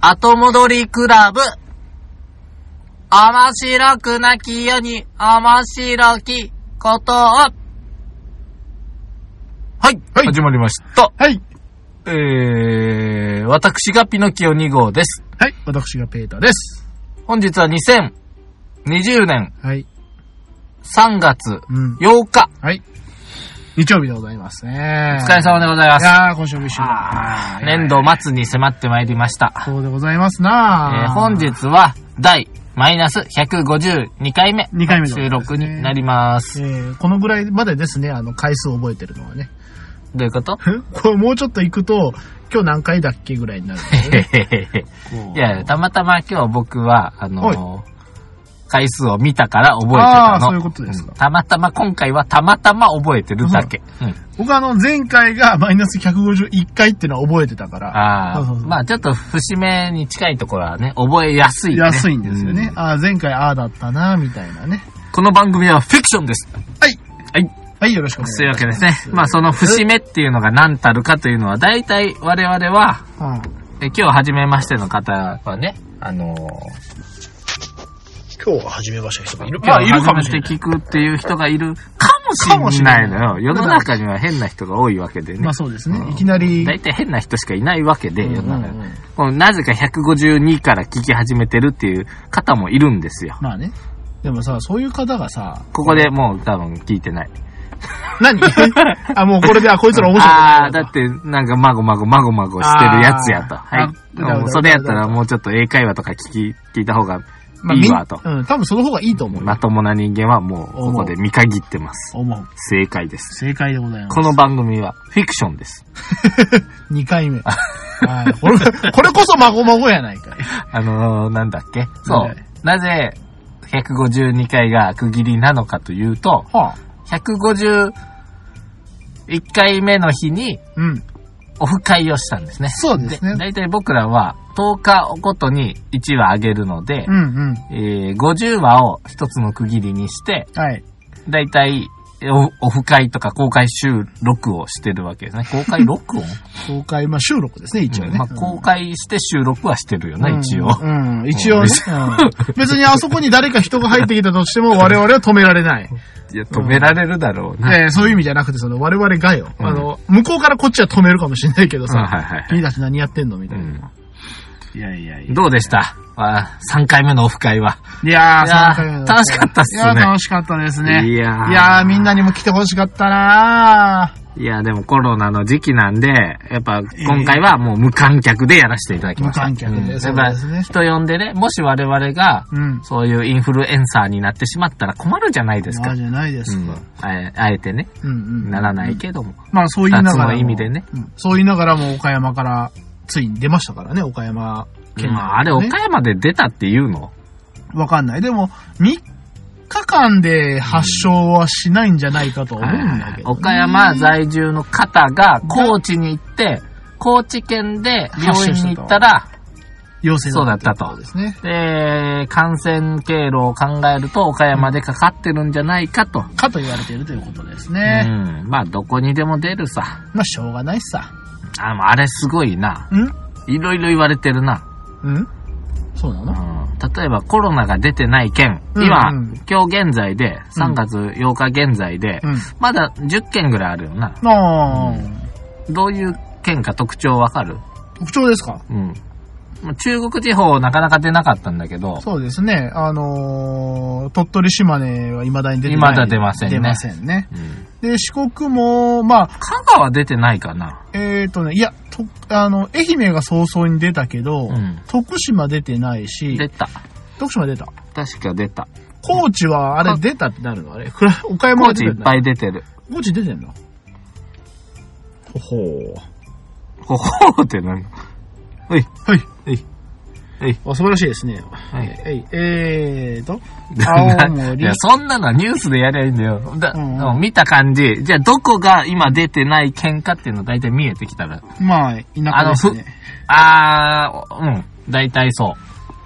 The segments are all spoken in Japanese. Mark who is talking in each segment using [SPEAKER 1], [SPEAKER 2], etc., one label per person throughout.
[SPEAKER 1] 後戻りクラブ。面白くなきように面白きことを。は
[SPEAKER 2] はい
[SPEAKER 1] い。始まりました。
[SPEAKER 2] はい。
[SPEAKER 1] えー、私がピノキオ2号です。
[SPEAKER 2] はい。私がペーターです。
[SPEAKER 1] 本日は2020年
[SPEAKER 2] はい。
[SPEAKER 1] 3月
[SPEAKER 2] うん。
[SPEAKER 1] 8日。
[SPEAKER 2] はい。日曜日でございますね。
[SPEAKER 1] お疲れ様でございま
[SPEAKER 2] い
[SPEAKER 1] す。
[SPEAKER 2] やー、今週も一緒
[SPEAKER 1] あー年度末に迫ってまいりました。
[SPEAKER 2] そうでございます
[SPEAKER 1] え
[SPEAKER 2] な
[SPEAKER 1] ー本日は第マイナス152回目
[SPEAKER 2] 2回目の
[SPEAKER 1] 収録になります。
[SPEAKER 2] えーこのぐらいまでですね、あの、回数を覚えてるのはね。
[SPEAKER 1] どういうこと
[SPEAKER 2] これもうちょっと行くと、今日何回だっけぐらいになるんだよね。こ う
[SPEAKER 1] いや、たまたま今日僕は、あ
[SPEAKER 2] は
[SPEAKER 1] のー、回数を見たから覚えてたの。
[SPEAKER 2] あーそういうことですか
[SPEAKER 1] んたまたま、今回はたまたま覚えてるだけ。うん
[SPEAKER 2] 僕はあの、前回がマイナス151回っていうのは覚えてたから、
[SPEAKER 1] あ
[SPEAKER 2] そ
[SPEAKER 1] あ
[SPEAKER 2] うそうそう
[SPEAKER 1] まあちょっと節目に近いところはね、覚えやすい、ね。
[SPEAKER 2] 安いんですよね
[SPEAKER 1] う。ん
[SPEAKER 2] ああ、前回ああだったな、みたいなね。
[SPEAKER 1] この番組はフィクションです。
[SPEAKER 2] はい。
[SPEAKER 1] はい。
[SPEAKER 2] はい、よろしくお願い
[SPEAKER 1] そういうわけ
[SPEAKER 2] し
[SPEAKER 1] で
[SPEAKER 2] ますす。
[SPEAKER 1] ね。まあその節目っていうのが何たるかというのは、大体我々は、
[SPEAKER 2] うん
[SPEAKER 1] え今日初めましての方はね、あのー
[SPEAKER 2] 今日は初めましての人がいる
[SPEAKER 1] まあ、いるかもしれない。聞くっていう人がいるかもしれないのよ。世の中には変な人が多いわけでね
[SPEAKER 2] まあ。そうですね。
[SPEAKER 1] うん
[SPEAKER 2] いきなり。
[SPEAKER 1] 大体変な人しかいないわけで、
[SPEAKER 2] うん
[SPEAKER 1] 世の
[SPEAKER 2] うんう
[SPEAKER 1] 中
[SPEAKER 2] ん
[SPEAKER 1] このなぜか152から聞き始めてるっていう方もいるんですよ。
[SPEAKER 2] まあね。でもさ、そういう方 がさ、
[SPEAKER 1] ここでもう多分聞いてない。
[SPEAKER 2] 何 あ、もうこれで、あ、こいつら面白く
[SPEAKER 1] あ
[SPEAKER 2] な
[SPEAKER 1] あ
[SPEAKER 2] い
[SPEAKER 1] ー、
[SPEAKER 2] な
[SPEAKER 1] だってなんかまごまごまごまごしてるやつやと。
[SPEAKER 2] あー
[SPEAKER 1] はい
[SPEAKER 2] あ。
[SPEAKER 1] でももうそれやったらもうちょっと英会話とか聞き、聞いた方が
[SPEAKER 2] まあ
[SPEAKER 1] い
[SPEAKER 2] み
[SPEAKER 1] い
[SPEAKER 2] ん
[SPEAKER 1] わと。
[SPEAKER 2] うん、多分その方がいいと思うよ。
[SPEAKER 1] まともな人間はもうここで見限ってます。
[SPEAKER 2] 思う。
[SPEAKER 1] 正解です。
[SPEAKER 2] 正解でございます。
[SPEAKER 1] この番組はフィクションです。
[SPEAKER 2] 2 回目。はい。これ、これこそ孫孫やないかい。
[SPEAKER 1] あのー、なんだっけそ。
[SPEAKER 2] はいう
[SPEAKER 1] なぜ、152回が区切りなのかというと、
[SPEAKER 2] はあ。
[SPEAKER 1] 151回目の日に
[SPEAKER 2] うん。
[SPEAKER 1] オフ会をしたんですね。
[SPEAKER 2] そうですね
[SPEAKER 1] だいたい僕らは10日ごとに1話あげるので
[SPEAKER 2] う、んうん。
[SPEAKER 1] えー50話を一つの区切りにして、
[SPEAKER 2] はい。
[SPEAKER 1] だいたいオフ会とか公開収録をしてるわけですね。公開録音
[SPEAKER 2] 公開、まあ収録ですね、 一応
[SPEAKER 1] うん
[SPEAKER 2] ね。
[SPEAKER 1] まあ、公開して収録はしてるよな、一応。
[SPEAKER 2] うん、うん一応ね、うん別にあそこに誰か人が入ってきた としても我々は止められない。
[SPEAKER 1] いや、止められるだろうな。
[SPEAKER 2] えーそういう意味じゃなくて、その我々がよ、
[SPEAKER 1] うん
[SPEAKER 2] あの、向こうからこっちは止めるかもしれないけ
[SPEAKER 1] う
[SPEAKER 2] ど
[SPEAKER 1] ん
[SPEAKER 2] さ、
[SPEAKER 1] はいはいはい。
[SPEAKER 2] 君たち何やってんのみた
[SPEAKER 1] う
[SPEAKER 2] いな。
[SPEAKER 1] ん
[SPEAKER 2] いやいやい。
[SPEAKER 1] どうでしたあ ?3 回目のオフ会は。
[SPEAKER 2] いや
[SPEAKER 1] い
[SPEAKER 2] ー、
[SPEAKER 1] やー
[SPEAKER 2] 3回目の
[SPEAKER 1] 楽しかったっすね
[SPEAKER 2] いやー、楽しかったですね。
[SPEAKER 1] い
[SPEAKER 2] い
[SPEAKER 1] やー
[SPEAKER 2] やー、みんなにも来てほしかったない
[SPEAKER 1] や、でもコロナの時期なんで、やっぱ今回はもう無観客でやらせていただきました。
[SPEAKER 2] 無観客で
[SPEAKER 1] うん
[SPEAKER 2] そう
[SPEAKER 1] や
[SPEAKER 2] で
[SPEAKER 1] っ
[SPEAKER 2] すね
[SPEAKER 1] ぱ人呼んでね、もし我々が
[SPEAKER 2] ー。うん。
[SPEAKER 1] そういうインフルエンサーになってしまったら困るじゃないです
[SPEAKER 2] ま
[SPEAKER 1] か。
[SPEAKER 2] あじゃないで
[SPEAKER 1] う
[SPEAKER 2] す
[SPEAKER 1] ん
[SPEAKER 2] か。
[SPEAKER 1] あえあえてね、
[SPEAKER 2] うんうん。
[SPEAKER 1] ならない。けども。
[SPEAKER 2] まあそう言いながらも。
[SPEAKER 1] 二つの意味でね
[SPEAKER 2] うん。そう言いながらも岡山から、ついに出ましたからね、岡山県内、ね。
[SPEAKER 1] まあ、あれ岡山で出たっていうの
[SPEAKER 2] わかんない。でも、3日間で発症はしないんじゃないかと思うんだけど、ね
[SPEAKER 1] 岡山在住の方が高知に行って、高知県で病院に行ったら、
[SPEAKER 2] 陽性
[SPEAKER 1] そうだった
[SPEAKER 2] そ
[SPEAKER 1] と
[SPEAKER 2] うで。すね。
[SPEAKER 1] で、感染経路を考えると岡山でかかってるんじゃないかと。
[SPEAKER 2] かと言われているということです
[SPEAKER 1] う
[SPEAKER 2] ね。
[SPEAKER 1] ん。まあ、どこにでも出るさ。
[SPEAKER 2] まあ、しょうがないっさ。
[SPEAKER 1] あ、もうあれすごいな。
[SPEAKER 2] ん
[SPEAKER 1] いろいろ言われてるな。
[SPEAKER 2] うんそうな
[SPEAKER 1] う
[SPEAKER 2] の
[SPEAKER 1] ん。例えばコロナが出てない県。
[SPEAKER 2] うん
[SPEAKER 1] 今、
[SPEAKER 2] うん
[SPEAKER 1] 今日現在で、3月8日現在で、
[SPEAKER 2] うん。
[SPEAKER 1] まだ10県ぐらいあるよな。
[SPEAKER 2] ああ、
[SPEAKER 1] どういう県か特徴わかる
[SPEAKER 2] 特徴ですか
[SPEAKER 1] うん。まあ中国地方なかなか出なかったんだけど、
[SPEAKER 2] そうですね。あのー鳥取島根は未だに出てない。
[SPEAKER 1] 未だ出ませんね
[SPEAKER 2] 出ませんね。
[SPEAKER 1] うん
[SPEAKER 2] で、四国も、まあ、
[SPEAKER 1] 香川出てないかな。
[SPEAKER 2] えっ、とね、いや、と、あの、愛媛が早々に出たけど、
[SPEAKER 1] うん。
[SPEAKER 2] 徳島出てないし、
[SPEAKER 1] 出た。
[SPEAKER 2] 徳島出た。
[SPEAKER 1] 確か出た。
[SPEAKER 2] 高知は、あれ出たってなるのあれくら 岡山
[SPEAKER 1] 高
[SPEAKER 2] は
[SPEAKER 1] 知
[SPEAKER 2] 出
[SPEAKER 1] い
[SPEAKER 2] て
[SPEAKER 1] っ
[SPEAKER 2] んだ
[SPEAKER 1] ぱい出てる。
[SPEAKER 2] 高知出てんのほほう。
[SPEAKER 1] ほほーってなんか。おい、
[SPEAKER 2] はい。
[SPEAKER 1] はい。
[SPEAKER 2] あ素晴らしいですね。
[SPEAKER 1] はい
[SPEAKER 2] い。えーと、青
[SPEAKER 1] い
[SPEAKER 2] 森
[SPEAKER 1] や、。そんなのはニュースでやりゃいいんだよ。だ
[SPEAKER 2] うんうん
[SPEAKER 1] でも見た感じ、じゃあどこが今出てない県かっていうの大体見えてきたら。
[SPEAKER 2] まあ、田舎ですね。
[SPEAKER 1] あー、うん。大体そ。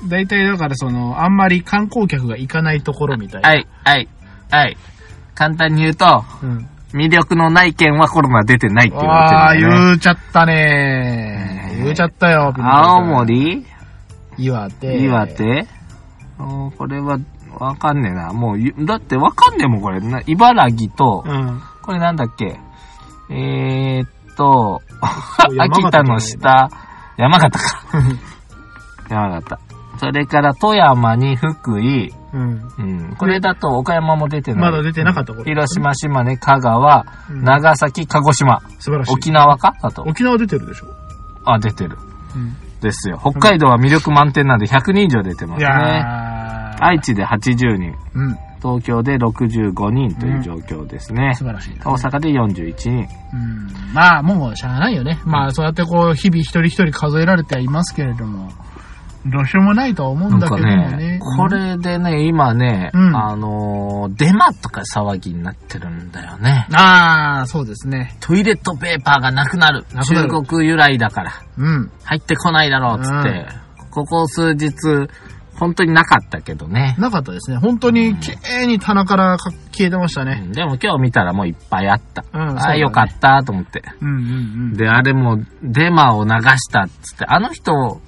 [SPEAKER 2] 大体だからその、あんまり観光客が行かないところみたいうな。
[SPEAKER 1] はい、はい、はい。簡単に言うと、
[SPEAKER 2] うん。
[SPEAKER 1] 魅力のない県はコロナ出てないって言わ
[SPEAKER 2] あ
[SPEAKER 1] れて
[SPEAKER 2] ー、
[SPEAKER 1] るんだよね。
[SPEAKER 2] 言うちゃったね
[SPEAKER 1] うん
[SPEAKER 2] 言うちゃったよ、ピノキオ君
[SPEAKER 1] 青森
[SPEAKER 2] 岩手。
[SPEAKER 1] 岩手おーこれは、わかんねえな。もうゆ、だってわかんねえもん、これ。な茨城と
[SPEAKER 2] う、ん。
[SPEAKER 1] これなんだっけえー、っと、
[SPEAKER 2] う 山形
[SPEAKER 1] 秋田の下、山形 か。山形。それから富山に福井、
[SPEAKER 2] うん。
[SPEAKER 1] うん、これだと岡山も出てない。
[SPEAKER 2] まだ出てなかった、これ。
[SPEAKER 1] 広島、島根、香川、
[SPEAKER 2] うん
[SPEAKER 1] 長崎、鹿児島、
[SPEAKER 2] 素晴らしい。
[SPEAKER 1] 沖縄かあと。
[SPEAKER 2] 沖縄出てるでしょ。
[SPEAKER 1] あ、出てる。
[SPEAKER 2] うん。
[SPEAKER 1] ですよ。北海道は魅力満点なんで100人以上出てますね
[SPEAKER 2] いや。ー。
[SPEAKER 1] 愛知で80人、
[SPEAKER 2] うん。
[SPEAKER 1] 東京で65人という状況ですね。
[SPEAKER 2] 素晴らしい。
[SPEAKER 1] 大阪で41人。
[SPEAKER 2] うん。まあ、もうしゃあないよね。まあ、そうやってこう、日々一人一人数えられてはいますけれども、どうしようもないとは思う
[SPEAKER 1] なんん
[SPEAKER 2] だけ
[SPEAKER 1] か
[SPEAKER 2] ども
[SPEAKER 1] ね、
[SPEAKER 2] ね。
[SPEAKER 1] これでね、今ね、
[SPEAKER 2] うん
[SPEAKER 1] あのーデマとか騒ぎになってるんだよね。
[SPEAKER 2] ああ、そうですね。
[SPEAKER 1] トイレットペーパーがなくなる。
[SPEAKER 2] なくなる
[SPEAKER 1] 中国由来だから。
[SPEAKER 2] うん。
[SPEAKER 1] 入ってこないだろう、つって。ここ数日、本当になかったけどね。
[SPEAKER 2] なかったですね。本当に綺麗に棚からか消えてました
[SPEAKER 1] う
[SPEAKER 2] ね。
[SPEAKER 1] んでも今日見たらもういっぱいあった。
[SPEAKER 2] うんそう
[SPEAKER 1] あ
[SPEAKER 2] だ
[SPEAKER 1] あ、
[SPEAKER 2] ね
[SPEAKER 1] よかった、と思って。
[SPEAKER 2] うんうん
[SPEAKER 1] で、あれも、デマを流したっつって、あの人、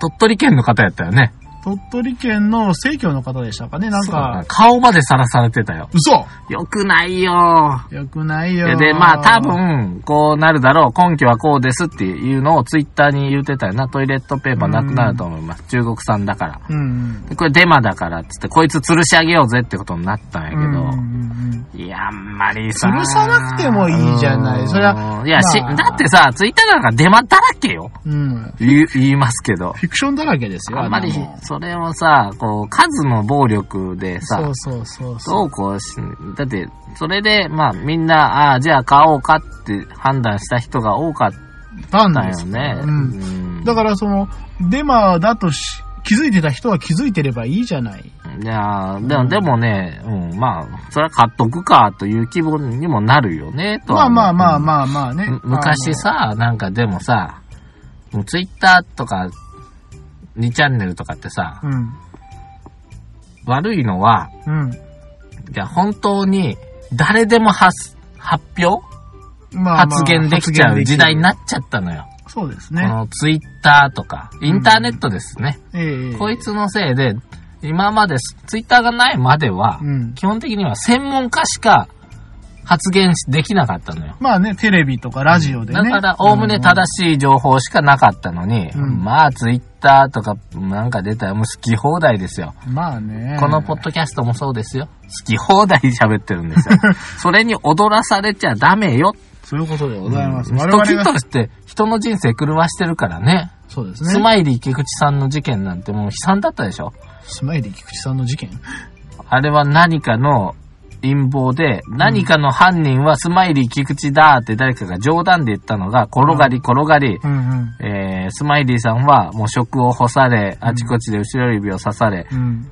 [SPEAKER 1] 鳥取県の方やったよね。
[SPEAKER 2] うん。鳥取県の生協の方でしたかね。なんか、
[SPEAKER 1] 顔までさらされてたよ。
[SPEAKER 2] 嘘
[SPEAKER 1] よくないよ
[SPEAKER 2] よくないよ。
[SPEAKER 1] で、まあ多。分、こうなるだろう、根拠はこうですっていうのをツイッターに言ってたよな。トイレットペーパーなくなると思います。中国産だから。
[SPEAKER 2] うんうん。
[SPEAKER 1] でこれデマだからっつって、こいつ吊るし上げようぜってことになったんやけど、
[SPEAKER 2] うんうんうん
[SPEAKER 1] いや、あんまりさ。
[SPEAKER 2] 吊るさなくてもいいじゃない
[SPEAKER 1] うん
[SPEAKER 2] そりゃ
[SPEAKER 1] いや、し、
[SPEAKER 2] まあ
[SPEAKER 1] だってさ、ツイッターなんかデマだらけよ。
[SPEAKER 2] うん。
[SPEAKER 1] 言う、言いますけど。
[SPEAKER 2] フィクションだらけですよ。
[SPEAKER 1] あんまり
[SPEAKER 2] れも、
[SPEAKER 1] それをさ、こう、数の暴力でさ、
[SPEAKER 2] そうそうそうそ。
[SPEAKER 1] そううこうし、だって、それで、まあ、みんな、ああ、じゃあ買おうかって判断した人が多かっ
[SPEAKER 2] なん
[SPEAKER 1] た
[SPEAKER 2] で
[SPEAKER 1] よ
[SPEAKER 2] す
[SPEAKER 1] ね。
[SPEAKER 2] うん。
[SPEAKER 1] ん
[SPEAKER 2] だからその、デマだとし、気づいてた人は気づいてればいいじゃない。
[SPEAKER 1] いやーで
[SPEAKER 2] う
[SPEAKER 1] も、
[SPEAKER 2] ん
[SPEAKER 1] でもね、うん、まあ、それは買っとくかという気分にもなるよね、と
[SPEAKER 2] ま
[SPEAKER 1] は
[SPEAKER 2] あ
[SPEAKER 1] 思う
[SPEAKER 2] まあまあまあまあね
[SPEAKER 1] む。昔さ、なんかでもさ、もうツイッターとか、2チャンネルとかってさ
[SPEAKER 2] あ、の。
[SPEAKER 1] 悪いのは、
[SPEAKER 2] うん。うん。
[SPEAKER 1] いや、本当に、誰でも発、発表
[SPEAKER 2] まあまあ
[SPEAKER 1] 発言できちゃう時代にな
[SPEAKER 2] っ
[SPEAKER 1] っちゃったのよ。
[SPEAKER 2] そうです
[SPEAKER 1] こ
[SPEAKER 2] ね。
[SPEAKER 1] のツイッターとか、インターネットですね。
[SPEAKER 2] ええ
[SPEAKER 1] こいつのせいで、今までスツイッターがないまでは、
[SPEAKER 2] うん。
[SPEAKER 1] 基本的には専門家しか発言しできなかったのよ。
[SPEAKER 2] まあね、テレビとかラジオでね。
[SPEAKER 1] だから、おおむね正しい情報しかなかったのに、
[SPEAKER 2] うん
[SPEAKER 1] まあ、ツイッターとかなんか出たらもう好き放題ですよ。
[SPEAKER 2] うん。まあね。
[SPEAKER 1] このポッドキャストもそうですよ。好き放題喋ってるん ですよ。それに踊らされちゃダメよ。
[SPEAKER 2] そういうことでございます。
[SPEAKER 1] うん
[SPEAKER 2] 我々
[SPEAKER 1] 時
[SPEAKER 2] が。
[SPEAKER 1] として人の人生狂わしてるからね。
[SPEAKER 2] そうです
[SPEAKER 1] ス
[SPEAKER 2] ね。
[SPEAKER 1] マイリー池口さんの事件なんてもう悲惨だったでしょ
[SPEAKER 2] スマイリー菊池さんの事件。
[SPEAKER 1] あれは何かの陰謀で、何かの犯人はスマイリー菊池だって誰かが冗談で言ったのが、転がり転がり、
[SPEAKER 2] うんうん。
[SPEAKER 1] えー、スマイリーさんはもう職を干され、あちこちで後ろ指を刺され、
[SPEAKER 2] うん。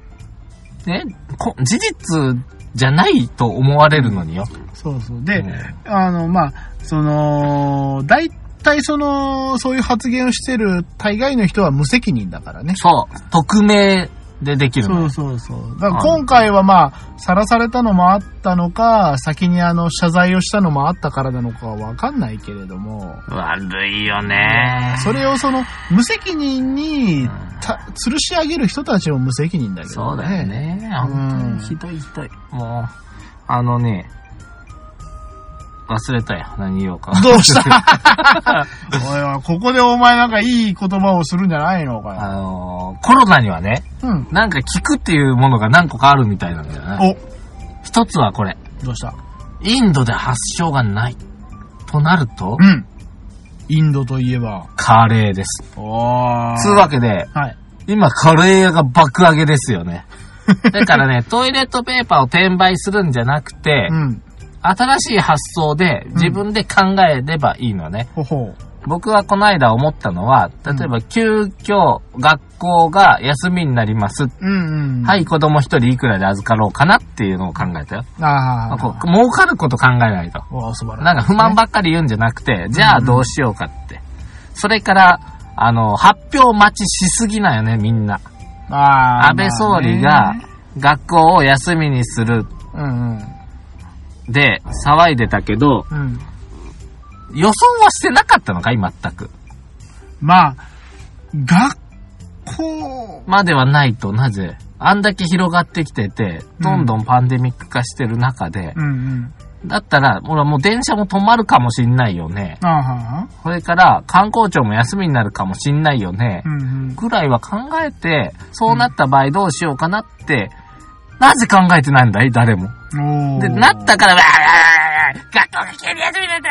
[SPEAKER 1] ね、こ事実じゃないと思われるのによ。
[SPEAKER 2] そうそう。で、
[SPEAKER 1] うん
[SPEAKER 2] あの、まあ、その、大体その、そういう発言をしてる大概の人は無責任だからね。
[SPEAKER 1] そう、匿名でできる
[SPEAKER 2] そ
[SPEAKER 1] の。
[SPEAKER 2] うそうそう。だから
[SPEAKER 1] はい
[SPEAKER 2] 今回はまあ、さらされたのもあったのか、先にあの、謝罪をしたのもあったからなのかはわかんないけれども、
[SPEAKER 1] 悪いよね。
[SPEAKER 2] それをその、無責任に、た、吊るし上げる人たちも無責任だけどね。
[SPEAKER 1] そうだよ。ね。本当にひどいひどい。もう、あのね、忘れたよ。何言おうか。
[SPEAKER 2] どうした おいおい、ここでお前なんかいい言葉をするんじゃないのかよ。
[SPEAKER 1] あのーコロナにはね、
[SPEAKER 2] うん。
[SPEAKER 1] なんか聞くっていうものが何個かあるみたいなんだよね。
[SPEAKER 2] お、
[SPEAKER 1] 一つはこれ。
[SPEAKER 2] どうした
[SPEAKER 1] インドで発症がない。となると
[SPEAKER 2] う、ん。インドといえば。
[SPEAKER 1] カレーです。
[SPEAKER 2] お
[SPEAKER 1] つうわけで、
[SPEAKER 2] はい。
[SPEAKER 1] 今カレー屋が爆上げですよ ね。だからね、トイレットペーパーを転売するんじゃなくて、
[SPEAKER 2] うん。
[SPEAKER 1] 新しい発想で自分で考えればいいのね。
[SPEAKER 2] ほほう。
[SPEAKER 1] 僕はこの間思ったのは、例えば急遽学校が休みになります。
[SPEAKER 2] うんうん。。
[SPEAKER 1] はいい、子供一人いくらで預かろうかなっていうのを考えたよ。
[SPEAKER 2] あ
[SPEAKER 1] まあ
[SPEAKER 2] あ。
[SPEAKER 1] こう儲かること考えないと。
[SPEAKER 2] おー素晴らしい。
[SPEAKER 1] なんか不満ばっかり言うんじゃなくて、じゃあどうしようかって。それから、あの、発表待ちしすぎなよね、みんな。
[SPEAKER 2] ああ。
[SPEAKER 1] 安倍総理が学校を休みにする
[SPEAKER 2] まあね、
[SPEAKER 1] で騒いでたけど、
[SPEAKER 2] うんうん。うん。
[SPEAKER 1] 予想はしてなかったのかい、全く。
[SPEAKER 2] まあ、学こう、
[SPEAKER 1] まではないとなぜ、あんだけ広がってきてて、どんどんパンデミック化してる中で
[SPEAKER 2] う、んうん。
[SPEAKER 1] だったら、ほらもう電車も止まるかもしんないよね。
[SPEAKER 2] ああはあ、
[SPEAKER 1] それから観光庁も休みになるかもしんないよね
[SPEAKER 2] う。んうん。
[SPEAKER 1] ぐらいは考えて、そうなった場合どうしようかなって、なぜ考えてないんだい誰も。
[SPEAKER 2] おー
[SPEAKER 1] で、なったから、わーわーわーわー学校が急に休みなんだ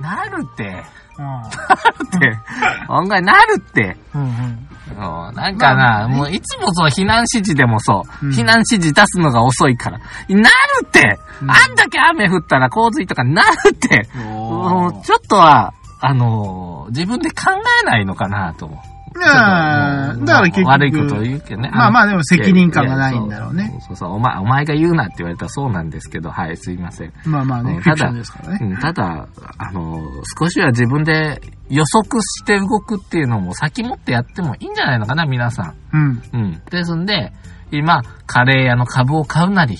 [SPEAKER 1] なる って。
[SPEAKER 2] あ
[SPEAKER 1] って、案外なるって。
[SPEAKER 2] あうんうん。
[SPEAKER 1] うんなんか
[SPEAKER 2] ま
[SPEAKER 1] な、もういつもその避難指示でもそう、
[SPEAKER 2] うん
[SPEAKER 1] 避難指示出すのが遅いから。なるって、
[SPEAKER 2] うん
[SPEAKER 1] あんだけ雨降ったら洪水とかなるって、
[SPEAKER 2] お
[SPEAKER 1] もうちょっとは、あのー自分で考えないのかなと思う。
[SPEAKER 2] いやーだから結局、
[SPEAKER 1] 悪いことを言うけどね。
[SPEAKER 2] まあま
[SPEAKER 1] あ
[SPEAKER 2] あでも
[SPEAKER 1] の
[SPEAKER 2] 責任感がないんだろうね。。
[SPEAKER 1] そうそうそうそう、お前、お前が言うなって言われたらそうなんですけど、はい、すいません。
[SPEAKER 2] まあまあね、
[SPEAKER 1] うん
[SPEAKER 2] フ
[SPEAKER 1] た
[SPEAKER 2] ィ
[SPEAKER 1] だ
[SPEAKER 2] クションですからね。
[SPEAKER 1] うんただ、あの、少しは自分で予測して動くっていうのも先もってやってもいいんじゃないのかな、皆さ
[SPEAKER 2] うん。
[SPEAKER 1] ん。うん。ですんで、今、カレー屋の株を買うなり、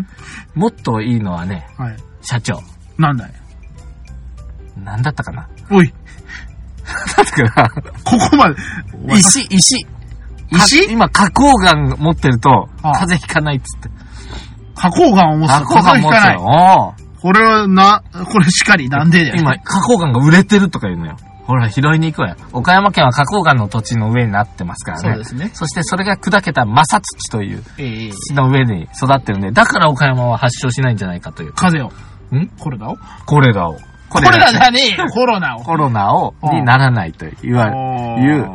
[SPEAKER 1] もっといいのはね、
[SPEAKER 2] はい。
[SPEAKER 1] 社長。
[SPEAKER 2] なんだい
[SPEAKER 1] なんだったかな
[SPEAKER 2] おい、
[SPEAKER 1] だから、
[SPEAKER 2] ここまで。
[SPEAKER 1] 石、石。
[SPEAKER 2] 石
[SPEAKER 1] か今、花崗岩持ってると、
[SPEAKER 2] ああ
[SPEAKER 1] 風邪ひかないっつって。
[SPEAKER 2] 花崗岩を持つ
[SPEAKER 1] 花
[SPEAKER 2] と
[SPEAKER 1] 崗岩
[SPEAKER 2] 風
[SPEAKER 1] 持
[SPEAKER 2] 邪ひ
[SPEAKER 1] って
[SPEAKER 2] かな
[SPEAKER 1] る
[SPEAKER 2] い。
[SPEAKER 1] よ。
[SPEAKER 2] これはな、これしかり、なんでだよ。
[SPEAKER 1] 今、花崗岩が売れてるとか言うのよ。ほら、拾いに行こうや。岡山県は花崗岩の土地の上になってますからね。
[SPEAKER 2] そうですね。
[SPEAKER 1] そしてそれが砕けた摩擦地という
[SPEAKER 2] ええ
[SPEAKER 1] 土の上に育ってるんで、だから岡山は発症しないんじゃないかという。
[SPEAKER 2] 風邪を。
[SPEAKER 1] ん
[SPEAKER 2] コロナを
[SPEAKER 1] コレラを。コ
[SPEAKER 2] コ
[SPEAKER 1] レ
[SPEAKER 2] ロ
[SPEAKER 1] ラ
[SPEAKER 2] ナじゃねえよコロナを。
[SPEAKER 1] コロナを、
[SPEAKER 2] うん
[SPEAKER 1] にならないと言われ、
[SPEAKER 2] おー
[SPEAKER 1] いう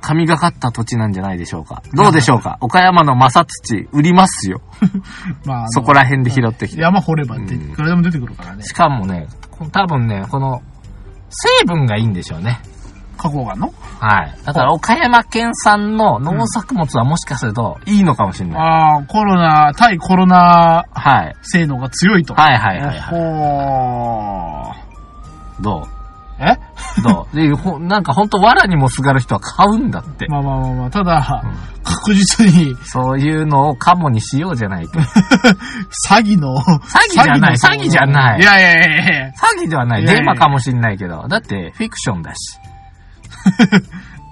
[SPEAKER 1] 神がかった土地なんじゃないでしょうか。どうでしょうか岡山の摩擦地売りますよ。
[SPEAKER 2] まああの
[SPEAKER 1] そこら辺で拾ってきて。
[SPEAKER 2] 山掘ればって、
[SPEAKER 1] うん
[SPEAKER 2] いくらでも出てくるからね。
[SPEAKER 1] しかもね、こ多分ね、この、成分がいいんでしょうね。
[SPEAKER 2] 花崗岩の
[SPEAKER 1] はい。だから岡山県産の農作物はもしかするといいのかもしれない。
[SPEAKER 2] ああ、コロナ、対コロナ
[SPEAKER 1] はい。
[SPEAKER 2] 性能が強いと。
[SPEAKER 1] はいはいはいはい。
[SPEAKER 2] ほー
[SPEAKER 1] どう
[SPEAKER 2] え
[SPEAKER 1] どう で、ほなんか本当藁にもすがる人は買うんだって。
[SPEAKER 2] まあまあまあまあ、ただ、確実に
[SPEAKER 1] そういうのをカモにしようじゃないか。
[SPEAKER 2] 詐欺の、詐
[SPEAKER 1] 欺じゃない詐欺じゃない
[SPEAKER 2] いやいやいやいや
[SPEAKER 1] 詐欺ではない。
[SPEAKER 2] いやい
[SPEAKER 1] デ
[SPEAKER 2] や
[SPEAKER 1] マかもしんないけど。だって、フィクションだし。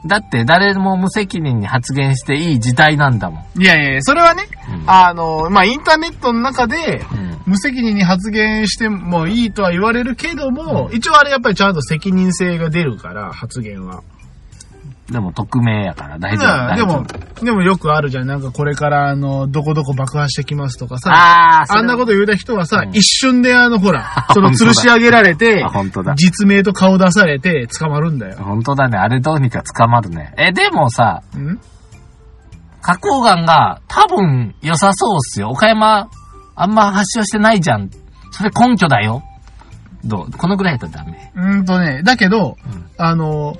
[SPEAKER 1] だって、誰も無責任に発言していい時代なんだもん。
[SPEAKER 2] いやいやいや、それはね、
[SPEAKER 1] うん
[SPEAKER 2] あの、まあ、インターネットの中で、
[SPEAKER 1] うん
[SPEAKER 2] 無責任に発言してもいいとは言われるけども、
[SPEAKER 1] う
[SPEAKER 2] 一応あれやっぱりちゃんと責任性が出るから、発言は。
[SPEAKER 1] でも、匿名やから大丈夫。
[SPEAKER 2] うん
[SPEAKER 1] 大
[SPEAKER 2] で
[SPEAKER 1] 丈
[SPEAKER 2] も
[SPEAKER 1] 夫。、
[SPEAKER 2] でもよくあるじゃん。なんかこれから、あの、どこどこ爆破してきますとかさ。
[SPEAKER 1] ああ、
[SPEAKER 2] あんなこと言うた人はさ、
[SPEAKER 1] うん、
[SPEAKER 2] 一瞬であの、ほら その吊るし上げられて
[SPEAKER 1] あ、本当だ
[SPEAKER 2] 実名と顔出されて捕まるんだよ。
[SPEAKER 1] 本当だね。あれどうにか捕まるね。え、でもさ、
[SPEAKER 2] うん
[SPEAKER 1] 花崗岩が多分良さそうっすよ。岡山、あんま発症してないじゃん。それ根拠だよ。どうこのぐらいだとダメ。
[SPEAKER 2] うーんとね、だけど、
[SPEAKER 1] うん
[SPEAKER 2] あの、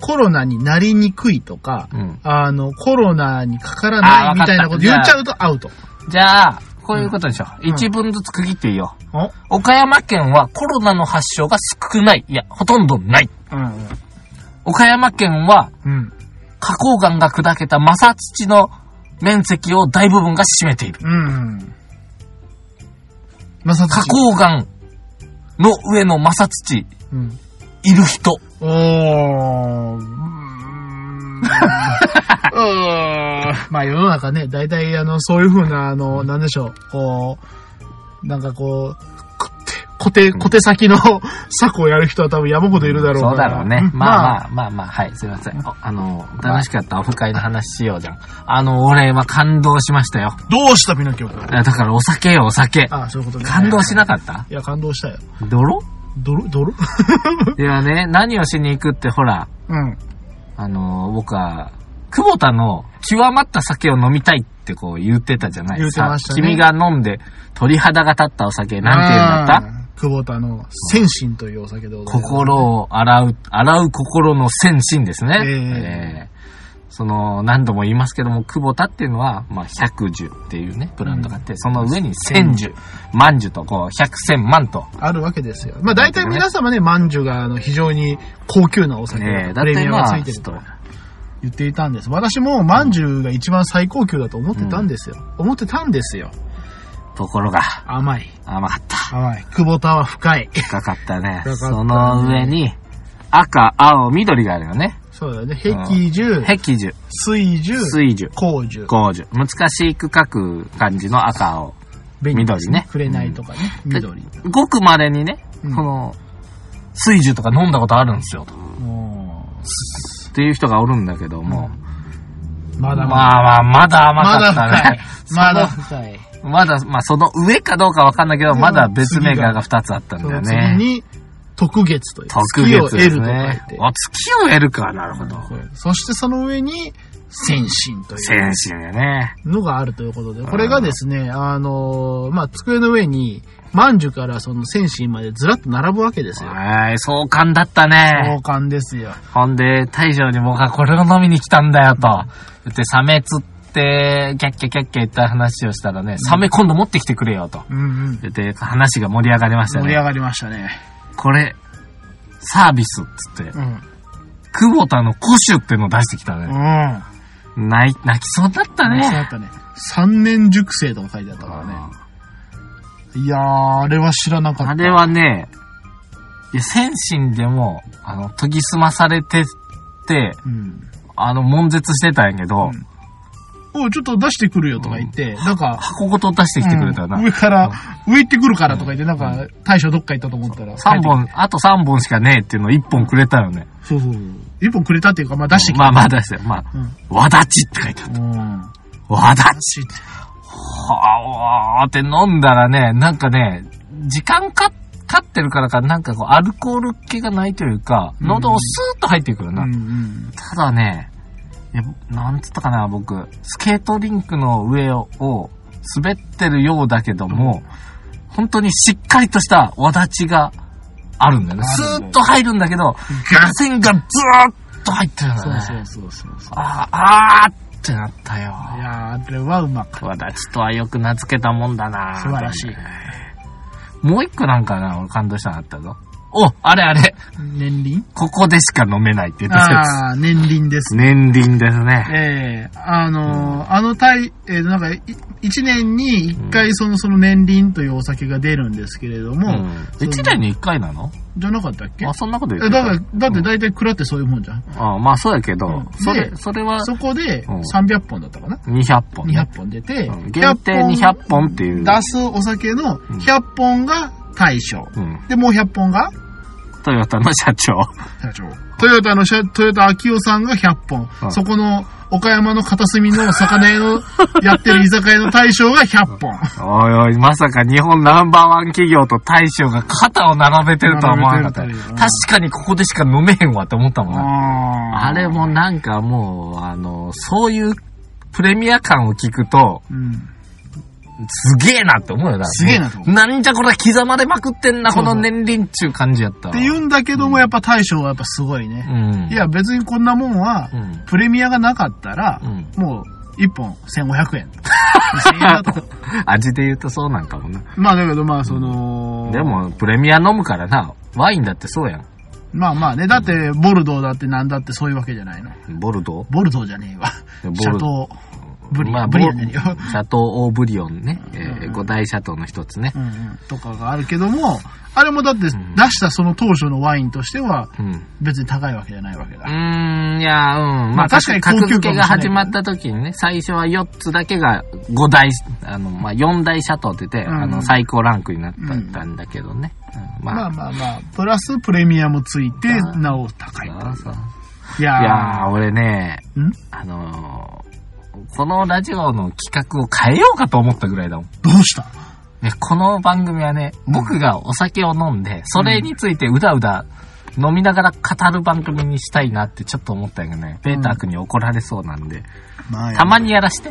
[SPEAKER 2] コロナになりにくいとか、
[SPEAKER 1] うん。
[SPEAKER 2] あの、コロナにかからな
[SPEAKER 1] あー
[SPEAKER 2] いみたいなこと言
[SPEAKER 1] わか
[SPEAKER 2] っ
[SPEAKER 1] った
[SPEAKER 2] ちゃうとアウト。
[SPEAKER 1] じゃあ、こういうことでしょ。
[SPEAKER 2] ん
[SPEAKER 1] 一文ずつ区切っていいよ。
[SPEAKER 2] お
[SPEAKER 1] 岡山県はコロナの発症が少ない。いや、ほとんどない。
[SPEAKER 2] うん。
[SPEAKER 1] 岡山県は
[SPEAKER 2] うん。
[SPEAKER 1] 花崗岩が砕けた摩擦地の面積を大部分が占めている。
[SPEAKER 2] うん。まさつ
[SPEAKER 1] 花崗岩の上の摩擦地、
[SPEAKER 2] うん。
[SPEAKER 1] いる人。
[SPEAKER 2] おー。うーんうーんまあ世の中ね、大体あの、そういうふうな、あの、なんでしょう、こう、なんかこう、小手、小手先の策をやる人は多分山ほどいるだろうから。
[SPEAKER 1] そうだろうね。
[SPEAKER 2] ん
[SPEAKER 1] まあまあまあまあ、はい、すいません。おあの、楽しかったオフ会の話しようじゃん。あの、俺は感動しましたよ。
[SPEAKER 2] どうした、ピノキオ君。
[SPEAKER 1] だからお酒よ、お酒。
[SPEAKER 2] ああ、そういうことね。
[SPEAKER 1] 感動しなかった
[SPEAKER 2] いや、感動したよ。
[SPEAKER 1] 泥
[SPEAKER 2] 泥、泥
[SPEAKER 1] いやね、何をしに行くってほら、
[SPEAKER 2] うん。
[SPEAKER 1] あの、僕は、久保田の極まった酒を飲みたいってこう言ってたじゃないですか。
[SPEAKER 2] 言ってましたね
[SPEAKER 1] 君が飲んで鳥肌が立ったお酒、なんて言うんだった
[SPEAKER 2] あー久保田の、戦神というお酒でございます。
[SPEAKER 1] 心を洗う、洗う心の先進ですね。
[SPEAKER 2] え
[SPEAKER 1] ええその、何度も言いますけども、久保田っていうのは、まあ、百樹っていうね、ブランドがあって、その上に千樹、万樹と、こう、百千万と。
[SPEAKER 2] あるわけですよ。まあ大体皆様ね、まんじゅうがあの非常に高級なお酒
[SPEAKER 1] ええ
[SPEAKER 2] プレミアム
[SPEAKER 1] ま
[SPEAKER 2] がつ
[SPEAKER 1] あ
[SPEAKER 2] いて
[SPEAKER 1] ちょ
[SPEAKER 2] る
[SPEAKER 1] っと
[SPEAKER 2] と言っていたんです。私もまんじゅうが一番最高級だと思ってたんですよ。思ってたんですよ。
[SPEAKER 1] ところが、
[SPEAKER 2] 甘い。
[SPEAKER 1] 甘かった。
[SPEAKER 2] 甘い。久保田は深い。
[SPEAKER 1] 深かったね。
[SPEAKER 2] 深かったね
[SPEAKER 1] その上に、赤、青、緑があるよね。
[SPEAKER 2] そうだよね。 壁樹、
[SPEAKER 1] 壁樹、
[SPEAKER 2] 水樹、
[SPEAKER 1] 水樹、
[SPEAKER 2] 光樹。
[SPEAKER 1] 工樹。難しく書く感じの赤を。
[SPEAKER 2] 紅です
[SPEAKER 1] 緑ね
[SPEAKER 2] 紅とかね。緑。
[SPEAKER 1] ごくまれにね、
[SPEAKER 2] うん
[SPEAKER 1] この、水樹とか飲んだことあるんですよ、
[SPEAKER 2] も
[SPEAKER 1] っていう人がおるんだけど
[SPEAKER 2] う
[SPEAKER 1] も。
[SPEAKER 2] まだ
[SPEAKER 1] まあ
[SPEAKER 2] まだ。
[SPEAKER 1] まあ、まだ甘
[SPEAKER 2] ま
[SPEAKER 1] か
[SPEAKER 2] だ
[SPEAKER 1] った
[SPEAKER 2] 深い
[SPEAKER 1] ね。。
[SPEAKER 2] まだ深 い。
[SPEAKER 1] まだ、まあその上かどうかわかんないけど、
[SPEAKER 2] うん
[SPEAKER 1] まだ別メーカーが2つあったん
[SPEAKER 2] そ
[SPEAKER 1] だよ
[SPEAKER 2] の
[SPEAKER 1] ね
[SPEAKER 2] 次。に、特月という。
[SPEAKER 1] 特別ですね
[SPEAKER 2] 月を得ると。書い
[SPEAKER 1] お、月を得るか、なるほど。
[SPEAKER 2] て。そしてその上に、先進という
[SPEAKER 1] 先進やね。
[SPEAKER 2] のがあるということで、これがですね、あのー、まあ、机の上に、万寿からその先進までずらっと並ぶわけですよ。
[SPEAKER 1] はい、壮観だったね。
[SPEAKER 2] 王冠ですよ。
[SPEAKER 1] ほんで、大将に僕はこれを飲みに来たんだよと。言って、サメ釣って、キャッキャキャッキャ言った話をしたらね、サメ今度持ってきてくれよと。
[SPEAKER 2] うんうん。
[SPEAKER 1] 言って、話が盛り上がりました
[SPEAKER 2] 盛り
[SPEAKER 1] ね
[SPEAKER 2] 上。がりましたね。
[SPEAKER 1] これ、サービスっつって
[SPEAKER 2] う、ん。
[SPEAKER 1] 久保田の古酒ってのを出してきたね。
[SPEAKER 2] うん。
[SPEAKER 1] 泣い泣きそうだった
[SPEAKER 2] そうだ
[SPEAKER 1] ね。
[SPEAKER 2] ったね。三年熟成とか書いてあったからね。いやー、あれは知らなかった。
[SPEAKER 1] あれはね、いや、先進でも、あの、研ぎ澄まされてって、
[SPEAKER 2] うん。
[SPEAKER 1] あの、悶絶してたんやけど、
[SPEAKER 2] うんおいちょっと出してくるよとか言って、なんか、
[SPEAKER 1] 箱ごと出してきてくれたな。
[SPEAKER 2] うん上から、上行ってくるからとか言って、なんか、大将どっか行ったと思ったら。
[SPEAKER 1] 三本、あと3本しかねえっていうのを1本くれたよね。
[SPEAKER 2] そうそうそう。一本くれたっていうか、まあ出してきた。
[SPEAKER 1] まあまあ出して、まあ、わだちって書いてある。
[SPEAKER 2] うん。うん。
[SPEAKER 1] わだち
[SPEAKER 2] し
[SPEAKER 1] はあ、って飲んだらね、なんかね、時間か、かってるからか、なんかこう、アルコール気がないというか、
[SPEAKER 2] うん
[SPEAKER 1] 喉をスーッと入ってくる
[SPEAKER 2] う
[SPEAKER 1] な。
[SPEAKER 2] んうん。
[SPEAKER 1] ただね、いやなんつったかな、僕、スケートリンクの上を、滑ってるようだけども、本当にしっかりとしたわだちがあるんだよね。
[SPEAKER 2] あ
[SPEAKER 1] ス
[SPEAKER 2] るね
[SPEAKER 1] ーッと入るんだけど、
[SPEAKER 2] ガ
[SPEAKER 1] 螺旋がズーッと入ってるんだ
[SPEAKER 2] そ
[SPEAKER 1] ね。
[SPEAKER 2] うそうそうそうそ
[SPEAKER 1] ああ、あーってなったよ。
[SPEAKER 2] う。いやー、あれはうまかっ
[SPEAKER 1] わだちとはよく名付けたもんだな
[SPEAKER 2] た。素晴らしい。
[SPEAKER 1] もう一個なんかな、俺感動したのあったぞ。お、あれあれ、
[SPEAKER 2] 年輪
[SPEAKER 1] ここでしか飲めないって言ったや
[SPEAKER 2] ああ、年輪で
[SPEAKER 1] つ。
[SPEAKER 2] す
[SPEAKER 1] 年輪ですね。
[SPEAKER 2] ええあのーあのたい、えーなんか、い一年に一回その、その年輪というお酒が出るんですけれど
[SPEAKER 1] う
[SPEAKER 2] も、
[SPEAKER 1] ん。一年に一回なの
[SPEAKER 2] じゃなかったっけ
[SPEAKER 1] あ、そんなこと言っ
[SPEAKER 2] えだ
[SPEAKER 1] てた。
[SPEAKER 2] から、だって大体蔵ってそういうもんじゃん。
[SPEAKER 1] あまあそうやけど、
[SPEAKER 2] うん
[SPEAKER 1] それ、
[SPEAKER 2] で
[SPEAKER 1] それは
[SPEAKER 2] そこで
[SPEAKER 1] うん
[SPEAKER 2] 300本だったかな
[SPEAKER 1] 200本。
[SPEAKER 2] ?200 本出て、
[SPEAKER 1] うん限定200本っていう
[SPEAKER 2] 出すお酒の100本が大将。
[SPEAKER 1] うん。
[SPEAKER 2] で、もう100本が
[SPEAKER 1] トヨタの社長。
[SPEAKER 2] 社長。トヨタの社、トヨタ秋夫さんが100本。
[SPEAKER 1] うん
[SPEAKER 2] そこの岡山の片隅の魚屋 のやってる居酒屋の大将が100本。
[SPEAKER 1] おいおい、まさか日本ナンバーワン企業と大将が肩を並べてるとは思わなかった。
[SPEAKER 2] 並べ
[SPEAKER 1] 確
[SPEAKER 2] てるとは
[SPEAKER 1] かにここでしか飲めへんわって思ったもんな。
[SPEAKER 2] あ
[SPEAKER 1] あれもなんかもう、あの、そういうプレミア感を聞くと、
[SPEAKER 2] うん。
[SPEAKER 1] すげえなって思うよな。
[SPEAKER 2] すげえなと思う
[SPEAKER 1] なんじゃこれ刻まれまくってんな、
[SPEAKER 2] そうそ
[SPEAKER 1] こ
[SPEAKER 2] う
[SPEAKER 1] の年輪っちゅう感じやったわ。
[SPEAKER 2] って言うんだけども、やっぱ大将はやっぱすごいね。
[SPEAKER 1] うん。
[SPEAKER 2] いや、別にこんなもんは
[SPEAKER 1] う、ん。
[SPEAKER 2] プレミアがなかったら、
[SPEAKER 1] うん
[SPEAKER 2] もう、1本1500円。2000円だと。
[SPEAKER 1] 味で言うとそうなんかもな。
[SPEAKER 2] まあだけどまあその、
[SPEAKER 1] でも、プレミア飲むからな。ワインだってそうやん。
[SPEAKER 2] まあまあね、だってボルドーだってなんだってそういうわけじゃないの。
[SPEAKER 1] ボルド
[SPEAKER 2] ボルドーじゃねえわ。
[SPEAKER 1] ボル
[SPEAKER 2] シャトー、ブリ、
[SPEAKER 1] まあ
[SPEAKER 2] ブリ
[SPEAKER 1] ボ
[SPEAKER 2] じゃねえよ。
[SPEAKER 1] シャトー・オー・ブリオンね。え
[SPEAKER 2] うんう
[SPEAKER 1] ー
[SPEAKER 2] ん
[SPEAKER 1] 五大シャトーの一つね
[SPEAKER 2] う。んうん、とかがあるけども、あれもだって出したその当初のワインとしては
[SPEAKER 1] うん。う
[SPEAKER 2] 別に高いわけじゃないわけだ。
[SPEAKER 1] ーん、いや、うん。
[SPEAKER 2] まあ確かに高級
[SPEAKER 1] 格付け
[SPEAKER 2] かもしれない
[SPEAKER 1] が始まった時にね、最初は4つだけが5大、あの、まあ4大シャトーって言って、
[SPEAKER 2] うん
[SPEAKER 1] あの、最高ランクになったんだけどね。うん
[SPEAKER 2] ま
[SPEAKER 1] ま
[SPEAKER 2] あ
[SPEAKER 1] あ、
[SPEAKER 2] まあまあ、プラスプレミアもついて
[SPEAKER 1] ま、あ
[SPEAKER 2] なお高いと。
[SPEAKER 1] そうそう
[SPEAKER 2] いや
[SPEAKER 1] い
[SPEAKER 2] ー
[SPEAKER 1] やー、俺ね、
[SPEAKER 2] ん
[SPEAKER 1] あのーこのラジオの企画を変えようかと思ったぐらいだもん。
[SPEAKER 2] どうした
[SPEAKER 1] ね、この番組はね、僕がお酒を飲んで、それについてうだうだ飲みながら語る番組にしたいなってちょっと思ったんやけどね、ペーター君に怒られそうなんで、
[SPEAKER 2] まあ
[SPEAKER 1] たまにやら して。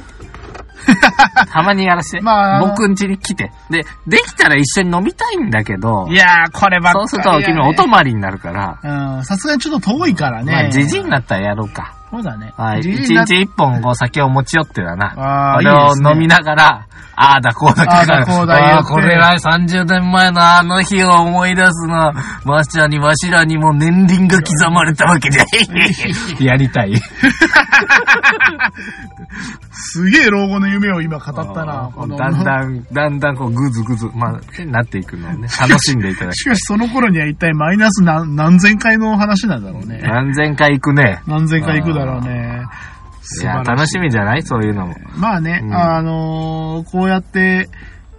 [SPEAKER 1] たまにやらして。
[SPEAKER 2] まあ
[SPEAKER 1] 僕ん家に来て。で、できたら一緒に飲みたいんだけど
[SPEAKER 2] い、やー、こればっ
[SPEAKER 1] そ
[SPEAKER 2] か
[SPEAKER 1] う
[SPEAKER 2] り
[SPEAKER 1] すると君お
[SPEAKER 2] 音
[SPEAKER 1] 泊まりになるから、
[SPEAKER 2] うん、さすがにちょっと遠いからね。
[SPEAKER 1] まあ、じじいになったらやろうか。
[SPEAKER 2] そうだね。
[SPEAKER 1] はい。一
[SPEAKER 2] じじいになっ
[SPEAKER 1] 日一本こう酒を持ち寄ってだな。
[SPEAKER 2] あ
[SPEAKER 1] こ
[SPEAKER 2] ー
[SPEAKER 1] れ
[SPEAKER 2] いい
[SPEAKER 1] を
[SPEAKER 2] ですね
[SPEAKER 1] 飲みながら、ああだこうだ
[SPEAKER 2] あーだこうだ言って
[SPEAKER 1] あーこれは30年前のあの日を思い出すな。わしらにわしらにも年輪が刻まれたわけ じゃ。やりたい。
[SPEAKER 2] すげえ老後の夢を今語った
[SPEAKER 1] あ
[SPEAKER 2] な。
[SPEAKER 1] ー
[SPEAKER 2] この
[SPEAKER 1] だんだん、だんだんこうぐずぐず、まあ、なっていくのをね、楽しんでい ただき
[SPEAKER 2] しかしその頃には一体マイナス何何千回の話なんだろうね。
[SPEAKER 1] 何千回行くね。
[SPEAKER 2] 何千回行くだろうね。
[SPEAKER 1] いや、
[SPEAKER 2] 素晴ら
[SPEAKER 1] 楽しみじゃないそういうのも。
[SPEAKER 2] まあね、
[SPEAKER 1] うん
[SPEAKER 2] あのーこうやって、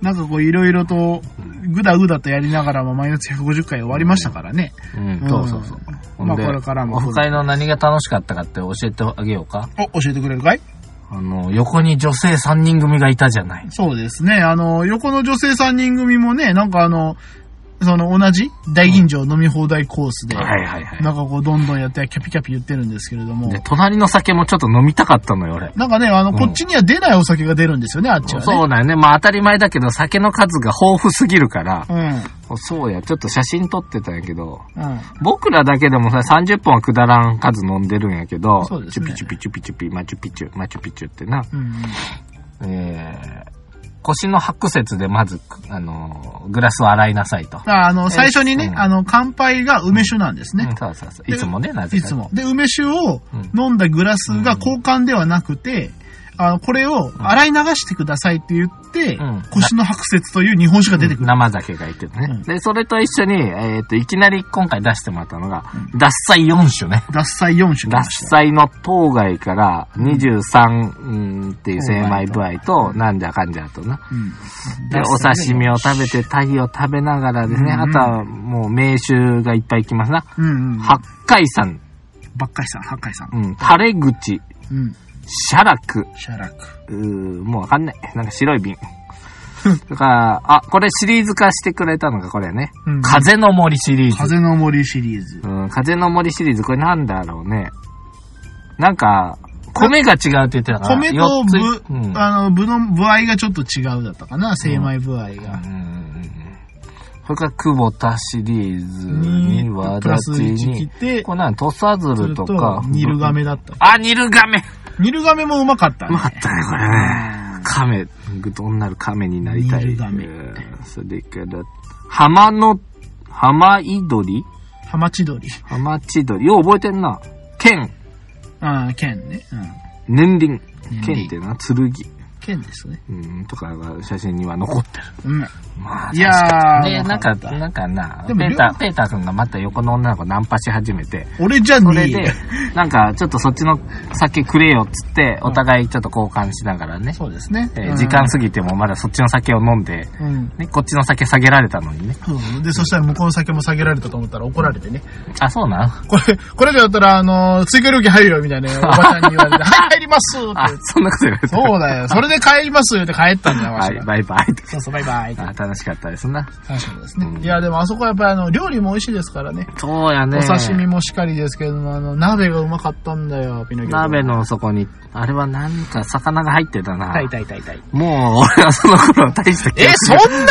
[SPEAKER 2] なんかこういろいろと、ぐだぐだとやりながらもマイナス150回終わりましたからね。
[SPEAKER 1] うん
[SPEAKER 2] う、ん
[SPEAKER 1] そうそうそう。ほんで
[SPEAKER 2] まあこれからも
[SPEAKER 1] オフ会の何が楽しかったかって教えてあげようか。
[SPEAKER 2] お、教えてくれるかい
[SPEAKER 1] あの、横に女性3人組がいたじゃない。
[SPEAKER 2] そうですね。あの、横の女性3人組もね、なんかあの、その同じ大吟醸飲み放題コースで、
[SPEAKER 1] はいはいは
[SPEAKER 2] なんかこうどんどんやってキャピキャピ言ってるんですけれども
[SPEAKER 1] い。で、、隣の酒もちょっと飲みたかったのよ、俺。
[SPEAKER 2] なんかね、あの、
[SPEAKER 1] うん
[SPEAKER 2] こっちには出ないお酒が出るんですよね、あっちはね。
[SPEAKER 1] そうだよね。まあ当たり前だけど、酒の数が豊富すぎるから、
[SPEAKER 2] うん。うん。
[SPEAKER 1] そうや、ちょっと写真撮ってたんやけど、僕らだけでもさ、30本はくだらん数飲んでるんやけど、
[SPEAKER 2] そうですね
[SPEAKER 1] チュピチュピチュピチュピ、マチュピチュ、マチュピチュってな、
[SPEAKER 2] うん。
[SPEAKER 1] えー、腰の白節でまず、あのー、グラスを洗いなさいと。
[SPEAKER 2] ああの、最初にね、
[SPEAKER 1] うん
[SPEAKER 2] あの、乾杯が梅酒なんですね。
[SPEAKER 1] うんそうそうそう。いつもね、なぜ
[SPEAKER 2] い
[SPEAKER 1] か。
[SPEAKER 2] つも。で、梅酒を
[SPEAKER 1] うん。
[SPEAKER 2] 飲んだグラスが交換ではなくて、あの、これを洗い流してくださいって言って、
[SPEAKER 1] うん
[SPEAKER 2] 腰の白節という日本酒が出てくる。
[SPEAKER 1] 生酒がいてね、
[SPEAKER 2] うん
[SPEAKER 1] で、それと一緒に、えっ、と、いきなり今回出してもらったのが、獺祭4種ね。
[SPEAKER 2] 獺祭4種出
[SPEAKER 1] 獺
[SPEAKER 2] ました。
[SPEAKER 1] 祭の当該から23、うん、っていう精米具合と、なんじゃかんじゃとな。
[SPEAKER 2] うん
[SPEAKER 1] で、お刺身を食べて、タイを食べながらですね、
[SPEAKER 2] うん
[SPEAKER 1] あとはもう名酒がいっぱいいきますな。
[SPEAKER 2] うんうん。
[SPEAKER 1] 八海山、
[SPEAKER 2] ばっかりさん、八海さん。
[SPEAKER 1] うん、タレ口、
[SPEAKER 2] うん。
[SPEAKER 1] シャラク、
[SPEAKER 2] シャラク。
[SPEAKER 1] うーもうわかんない。なんか白い瓶。だから、あ、これシリーズ化してくれたのがこれね。
[SPEAKER 2] うん
[SPEAKER 1] 風の森シリーズ。
[SPEAKER 2] 風の森シリーズ。
[SPEAKER 1] うん、風の森シリーズ、これなんだろうね。なんか、米が違うって言ってたから。
[SPEAKER 2] 米と
[SPEAKER 1] 四つい
[SPEAKER 2] ぶ、
[SPEAKER 1] うん。
[SPEAKER 2] あの、ぶの、部合がちょっと違うだったかな、精米部合が。
[SPEAKER 1] うんそれから、久保田シリーズに、
[SPEAKER 2] に
[SPEAKER 1] 和
[SPEAKER 2] プ
[SPEAKER 1] 田
[SPEAKER 2] ラス
[SPEAKER 1] ち
[SPEAKER 2] 1来
[SPEAKER 1] に、
[SPEAKER 2] て、
[SPEAKER 1] これなん、土佐
[SPEAKER 2] す
[SPEAKER 1] 鶴
[SPEAKER 2] る
[SPEAKER 1] と
[SPEAKER 2] と
[SPEAKER 1] か、、
[SPEAKER 2] ニルガメだった。
[SPEAKER 1] あ、ニルガメ
[SPEAKER 2] ニルガメもうまかった
[SPEAKER 1] う
[SPEAKER 2] ね
[SPEAKER 1] ま。かったね、これね。亀、どんなる亀になりたい。
[SPEAKER 2] ニルガメ
[SPEAKER 1] うんそれから、浜の、浜いどり
[SPEAKER 2] ハマチドリ。
[SPEAKER 1] 浜千鳥。よう覚えてんな。剣、
[SPEAKER 2] ああ、剣ね。うん。
[SPEAKER 1] 年輪。
[SPEAKER 2] 輪
[SPEAKER 1] 剣ってな、剣。
[SPEAKER 2] 剣ですね。
[SPEAKER 1] うん、とかが写真には残ってる。
[SPEAKER 2] うん。
[SPEAKER 1] まあ
[SPEAKER 2] いやー。
[SPEAKER 1] ね、
[SPEAKER 2] う
[SPEAKER 1] な
[SPEAKER 2] ま
[SPEAKER 1] んか、
[SPEAKER 2] った
[SPEAKER 1] なんかな、ペ
[SPEAKER 2] でも
[SPEAKER 1] ーター、ペーター君がまた横の女の子ナンパし始めて、
[SPEAKER 2] 俺じゃ
[SPEAKER 1] それ
[SPEAKER 2] ねえ
[SPEAKER 1] で、なんか、ちょっとそっちの酒くれよっつって、お互いちょっと交換しながらね、
[SPEAKER 2] そうですね。
[SPEAKER 1] えー
[SPEAKER 2] うん
[SPEAKER 1] 時間過ぎてもまだそっちの酒を飲んで、
[SPEAKER 2] うん。
[SPEAKER 1] ね、こっちの酒下げられたのにね。
[SPEAKER 2] そうで、そしたら向こうの酒も下げられたと思ったら怒られてね。
[SPEAKER 1] あ、そうなん
[SPEAKER 2] これ、これ以上だったら、あのー追加料金入るよ、みた いな、おばちゃんに言われて、はい、入りますって
[SPEAKER 1] あ
[SPEAKER 2] 言って。、
[SPEAKER 1] そんなこと言われて
[SPEAKER 2] そうだよ。それで帰りますよって帰ったんだよ、わし
[SPEAKER 1] はい、
[SPEAKER 2] が。
[SPEAKER 1] バイバイ。
[SPEAKER 2] そうそう、バイバイって。
[SPEAKER 1] あ、楽しかったですな。
[SPEAKER 2] 楽しかったですね
[SPEAKER 1] う。ん
[SPEAKER 2] いや、でもあそこはやっぱりあの、料理も美味しいですからね。
[SPEAKER 1] そうやね。
[SPEAKER 2] お刺身もしっかりですけども、あの、鍋がうまかったんだよ、ピノキオ。
[SPEAKER 1] 鍋。の底に、あれはなんか魚が入ってたな。
[SPEAKER 2] たいたいたいたい。
[SPEAKER 1] もう、俺はその頃大した記
[SPEAKER 2] え
[SPEAKER 1] 憶、
[SPEAKER 2] そんなに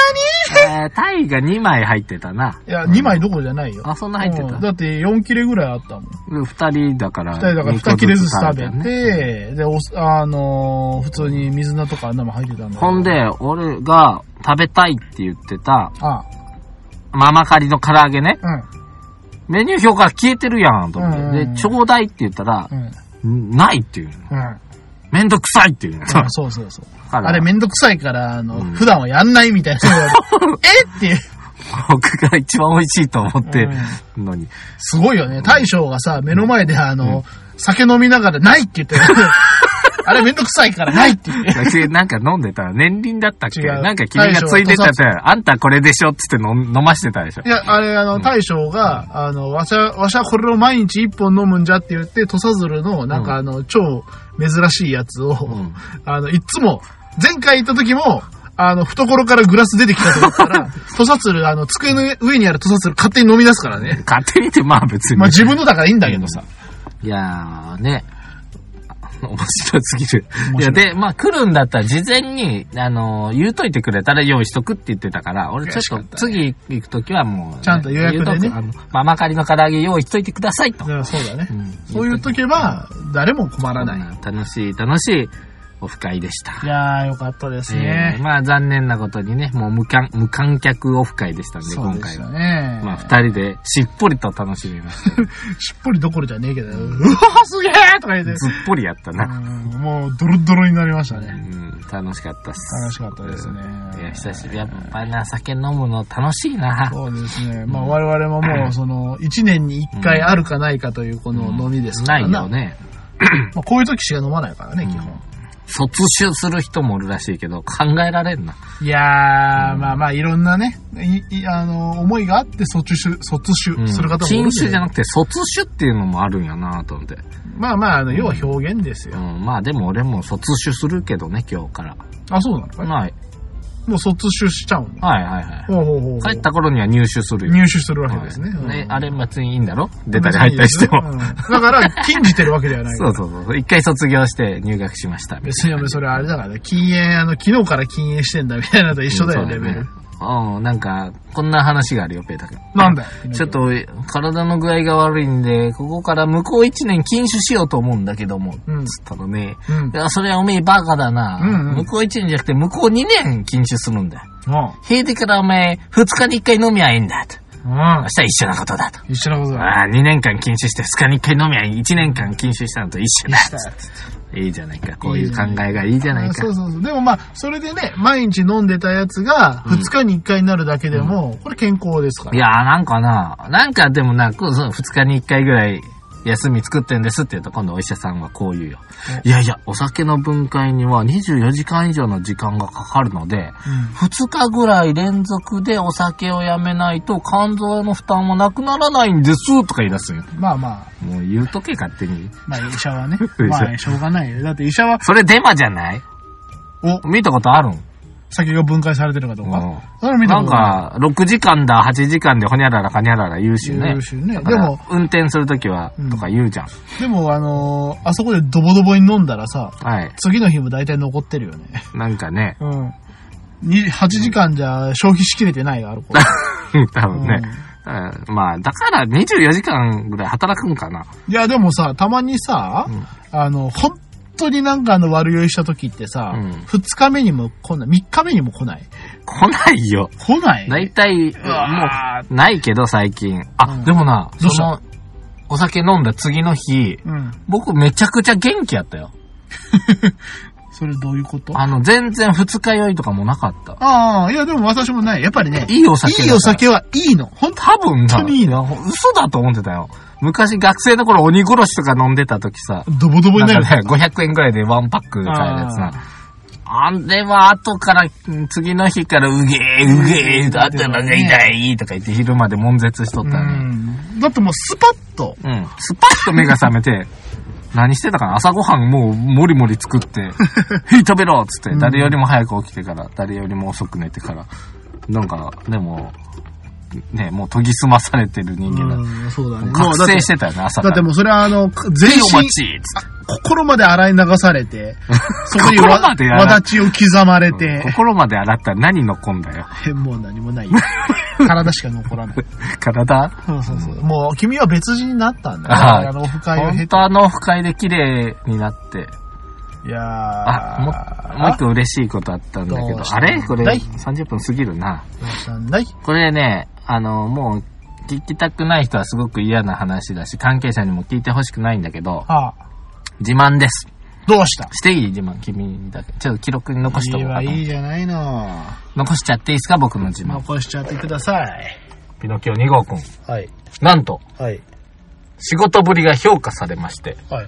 [SPEAKER 1] えータイが2枚入ってたな。
[SPEAKER 2] いや、2枚どころじゃないよ。
[SPEAKER 1] あ、そんな入って
[SPEAKER 2] う
[SPEAKER 1] た
[SPEAKER 2] ん。だって4切れぐらいあったもん。
[SPEAKER 1] 二人だから。
[SPEAKER 2] 2人だから
[SPEAKER 1] 二個
[SPEAKER 2] 2切れずつ
[SPEAKER 1] 食
[SPEAKER 2] 食
[SPEAKER 1] べ
[SPEAKER 2] べ
[SPEAKER 1] た
[SPEAKER 2] て、
[SPEAKER 1] ね
[SPEAKER 2] で、お酢あのー普通に水菜とかあんなもん入ってたんだけど
[SPEAKER 1] ほん。で、俺が食べたいって言ってた、
[SPEAKER 2] あ、
[SPEAKER 1] ママカリの唐揚げね。
[SPEAKER 2] う
[SPEAKER 1] メニュー表から消えてるやん、と思
[SPEAKER 2] うん
[SPEAKER 1] っ
[SPEAKER 2] うん
[SPEAKER 1] て。
[SPEAKER 2] うん
[SPEAKER 1] で、ちょうだいって言ったら、
[SPEAKER 2] ん。うん。うん。
[SPEAKER 1] ないっていうの。めんどくさいっていうの。
[SPEAKER 2] あそうそうそう。
[SPEAKER 1] から
[SPEAKER 2] あれめんどくさいから、あの、
[SPEAKER 1] うん
[SPEAKER 2] 普段はやんないみたいな。 えっていう。
[SPEAKER 1] 僕が一番美味しいと思ってるのに。
[SPEAKER 2] すごいよね。大将がさ、目の前であの、酒飲みながらないって言 ってる。あれめんどくさいからないって言って。
[SPEAKER 1] なんか飲んでたら、年輪だったっけ
[SPEAKER 2] 違う
[SPEAKER 1] なんか君がついてたって、あんたこれでしょっつって飲飲ましてたでしょ
[SPEAKER 2] い。や、あれ、あの、大将が、あの、わしゃ、わしゃこれを毎日一本飲むんじゃって言って、土佐鶴の、なん
[SPEAKER 1] う
[SPEAKER 2] かあの、超珍しいやつを、
[SPEAKER 1] ん
[SPEAKER 2] あの、いっつも、前回行った時も、あの、懐からグラス出てきたと思った ら、土佐鶴、あの、机の上にある土佐鶴勝手に飲み出すからね。
[SPEAKER 1] 買ってみて、まあ別に。
[SPEAKER 2] まあ自分のだからいいんだけどさ。
[SPEAKER 1] いやーね。 あ面白すぎる。
[SPEAKER 2] 面白い
[SPEAKER 1] いや、で、まあ来るんだったら事前に、あのー言うといてくれたら用意しとくって言ってたから、俺ちょっと次行くときはもうね、
[SPEAKER 2] ちゃんと予約でね
[SPEAKER 1] 言うとくあのママカリの唐揚げ用意しといてくださいと
[SPEAKER 2] だ。からそうだね。
[SPEAKER 1] うん
[SPEAKER 2] そう言っとけば、誰も困ら
[SPEAKER 1] こん
[SPEAKER 2] ない。
[SPEAKER 1] な楽しい楽しいオフ会でした。
[SPEAKER 2] いやー、よかったです
[SPEAKER 1] えー
[SPEAKER 2] ね。
[SPEAKER 1] まあ残念なことにね、もう無観無観客オフ会でしたんで、
[SPEAKER 2] そう
[SPEAKER 1] 今
[SPEAKER 2] でし
[SPEAKER 1] 回
[SPEAKER 2] た
[SPEAKER 1] は。
[SPEAKER 2] ね。
[SPEAKER 1] まあ二人でしっぽりと楽しみま した。
[SPEAKER 2] しっぽりどころじゃねえけど、うわすげえとか言って、
[SPEAKER 1] ずっぽりやった
[SPEAKER 2] う
[SPEAKER 1] な。
[SPEAKER 2] んもうドロドロになりました
[SPEAKER 1] う
[SPEAKER 2] ね。
[SPEAKER 1] ん、楽しかったっす。
[SPEAKER 2] 楽しかったですね
[SPEAKER 1] うんいや、久しぶり。やっぱな、酒飲むの楽しいな。
[SPEAKER 2] そうですね。まあ我々ももう、その、一年に一回あるかないかというこの飲みです
[SPEAKER 1] な
[SPEAKER 2] から
[SPEAKER 1] いよね。
[SPEAKER 2] まあこういう時しか飲まないからね、基本。
[SPEAKER 1] 卒酒する人もおるらしいけど、考えられんな。
[SPEAKER 2] いやー、まあまあいろんなね、いいあの、思いがあって卒酒、卒
[SPEAKER 1] うん
[SPEAKER 2] 酒する方もい
[SPEAKER 1] 禁
[SPEAKER 2] る
[SPEAKER 1] 酒じゃな
[SPEAKER 2] く
[SPEAKER 1] くて、卒酒っていうのもあるんやなと思って。
[SPEAKER 2] まあまあ、あの、要は表現です
[SPEAKER 1] う
[SPEAKER 2] よ。
[SPEAKER 1] ん、まあでも俺も卒酒するけどね、今日から。
[SPEAKER 2] あ、そうなのかい
[SPEAKER 1] はい、
[SPEAKER 2] もう卒酒しちゃうの
[SPEAKER 1] はいはいはい。
[SPEAKER 2] ほうほうほうほう。
[SPEAKER 1] 帰った頃には入手するよ。
[SPEAKER 2] 入手するわけですね。
[SPEAKER 1] はい
[SPEAKER 2] うん
[SPEAKER 1] あれ別にいいんだろ出たり入ったりしても。
[SPEAKER 2] うんだから、禁じてるわけではないか
[SPEAKER 1] そ
[SPEAKER 2] ら。
[SPEAKER 1] うそうそう。一回卒業して入学しました。
[SPEAKER 2] 別にお前それあれだからね、禁煙、あの、昨日から禁煙してんだみたいなのと一緒だよ、
[SPEAKER 1] うん
[SPEAKER 2] レベル。。
[SPEAKER 1] うん、なんか、こんな話があるよ、ペータ君。
[SPEAKER 2] なんだよ。
[SPEAKER 1] ちょっと、体の具合が悪いんで、ここから向こう一年禁酒しようと思うんだけども、
[SPEAKER 2] うん
[SPEAKER 1] つったのね、
[SPEAKER 2] うん
[SPEAKER 1] い。や、それはおめえバカだな。
[SPEAKER 2] うんうん
[SPEAKER 1] 向こう一年じゃなくて、向こう二年禁酒するんだ。
[SPEAKER 2] う
[SPEAKER 1] 平でからおめえ、二日に一回飲みゃいいんだと。
[SPEAKER 2] ん。
[SPEAKER 1] 明。
[SPEAKER 2] うん
[SPEAKER 1] 日は一緒なことだと。
[SPEAKER 2] 一緒なことだ。
[SPEAKER 1] ああ、2年間禁酒して、2日に1回飲みゃいい、1年間禁酒したのと一緒だ。いいじゃないか。こういう考えがいいじゃないか。
[SPEAKER 2] そうそうそう。でもまあ、それでね、毎日飲んでたやつが、2日に1回になるだけでも、これ健康ですか
[SPEAKER 1] い
[SPEAKER 2] ら。
[SPEAKER 1] やー、なんかな、なんかでもな、こうそう2日に1回ぐらい休み作ってんですって言うと、今度お医者さんはこう言うよ。いやいや、お酒の分解には24時間以上の時間がかかるので、2日ぐらい連続でお酒をやめないと肝臓への負担もなくならないんですとか言い出すんよ。
[SPEAKER 2] うんまあまあ、
[SPEAKER 1] もう言うとけ勝手に。
[SPEAKER 2] まあ医者 はね
[SPEAKER 1] 医、者
[SPEAKER 2] まあしょうがないよ。だって医者は、
[SPEAKER 1] それデマじゃない
[SPEAKER 2] お、
[SPEAKER 1] 見たことあるん
[SPEAKER 2] 酒が分解されてるかどう
[SPEAKER 1] うん
[SPEAKER 2] か。それ見た
[SPEAKER 1] な
[SPEAKER 2] こ
[SPEAKER 1] ん
[SPEAKER 2] とない。
[SPEAKER 1] か、6時間だ、8時間でほにゃららかにゃらら言うしね
[SPEAKER 2] 優。秀ね。
[SPEAKER 1] だか
[SPEAKER 2] で
[SPEAKER 1] ら
[SPEAKER 2] も、
[SPEAKER 1] 運転するときは
[SPEAKER 2] う、ん
[SPEAKER 1] とか言うじゃん。
[SPEAKER 2] でもあのーあそこでドボドボに飲んだらさ、
[SPEAKER 1] はい。
[SPEAKER 2] 次の日も大体残ってるよね。
[SPEAKER 1] なんかね、
[SPEAKER 2] うん。に8時間じゃ消費しきれてないアル コール。
[SPEAKER 1] 多分ね。うんまあ、だから24時間ぐらい働くんかな。
[SPEAKER 2] いや、でもさ、たまにさ、
[SPEAKER 1] ん
[SPEAKER 2] あの、本当になんかあの悪酔いした時ってさ、
[SPEAKER 1] うん
[SPEAKER 2] 2日目にも来ない、3日目にも来ない。
[SPEAKER 1] 来ないよ。
[SPEAKER 2] 来ない
[SPEAKER 1] 大体、も
[SPEAKER 2] うわ
[SPEAKER 1] う、ないけど最近。あ、
[SPEAKER 2] うん
[SPEAKER 1] でもな、
[SPEAKER 2] どうし
[SPEAKER 1] そ
[SPEAKER 2] た
[SPEAKER 1] の、お酒飲んだ次の日、
[SPEAKER 2] うん。
[SPEAKER 1] 僕めちゃくちゃ元気やったよ。
[SPEAKER 2] それどういうことあ
[SPEAKER 1] あの、全然二日酔いとかもなかった。
[SPEAKER 2] あ、いや、でも私もない。やっぱりね、
[SPEAKER 1] いいお酒だから
[SPEAKER 2] いいお酒はいいの。本
[SPEAKER 1] 多
[SPEAKER 2] 当
[SPEAKER 1] 分な、
[SPEAKER 2] 本当にいい
[SPEAKER 1] や嘘だと思ってたよ。昔学生の頃鬼殺しとか飲んでた時さ、
[SPEAKER 2] ドボドボにな
[SPEAKER 1] な
[SPEAKER 2] る
[SPEAKER 1] ん。かね、500円くらいでワンパック買えるやつな。あれは後から、うん次の日からうげえ、うげえ、頭が痛いとか言って昼まで悶絶しとっ
[SPEAKER 2] う
[SPEAKER 1] たのに。
[SPEAKER 2] ん。だってもうスパッと、
[SPEAKER 1] うん。スパッと目が覚めて、 何してたかな朝ごはんもうもりもり作 って、へい食べろっつって、誰よりも早く起きてから、誰よりも遅く寝てから。なんか、でも、ね、もう研ぎ澄まされてる人間だ。
[SPEAKER 2] うん、そうだね。もうだ
[SPEAKER 1] 覚
[SPEAKER 2] って
[SPEAKER 1] 醒してたよね、朝か
[SPEAKER 2] だって
[SPEAKER 1] ら。
[SPEAKER 2] もうそれはあの、全
[SPEAKER 1] へいお
[SPEAKER 2] 身
[SPEAKER 1] 待、ちっつって
[SPEAKER 2] 心まで洗い流され て、そこに
[SPEAKER 1] 心
[SPEAKER 2] わ
[SPEAKER 1] まで洗う
[SPEAKER 2] わだちを刻まれて、
[SPEAKER 1] 心まで洗ったら何残んだよ。
[SPEAKER 2] もう何もないよ。体しか残らない。
[SPEAKER 1] 体
[SPEAKER 2] そうそうそう。もう君は別人になったんだ
[SPEAKER 1] はい
[SPEAKER 2] よ。あの、オフ会を経
[SPEAKER 1] 本
[SPEAKER 2] て。
[SPEAKER 1] 当あのオフ会で綺麗になって。
[SPEAKER 2] いやー
[SPEAKER 1] あ、も、もう一個嬉しいことあったんだけ
[SPEAKER 2] ど
[SPEAKER 1] ど
[SPEAKER 2] うし。た
[SPEAKER 1] あれこれ
[SPEAKER 2] はい
[SPEAKER 1] 30分過ぎるな。
[SPEAKER 2] どうしたんだい
[SPEAKER 1] これね、あの、もう聞きたくない人はすごく嫌な話だし、関係者にも聞いてほしくないんだけど、
[SPEAKER 2] ああ
[SPEAKER 1] 自慢です。
[SPEAKER 2] どうした
[SPEAKER 1] していい自慢、君だけ。ちょっと記録に残しとこうか
[SPEAKER 2] いい
[SPEAKER 1] な
[SPEAKER 2] わいいじゃないの。
[SPEAKER 1] 残しちゃっていいですか僕の自慢。
[SPEAKER 2] 残しちゃってください。
[SPEAKER 1] ピノキオ2号くん。
[SPEAKER 2] はい。
[SPEAKER 1] なんと、
[SPEAKER 2] はい。
[SPEAKER 1] 仕事ぶりが評価されまして、
[SPEAKER 2] はい。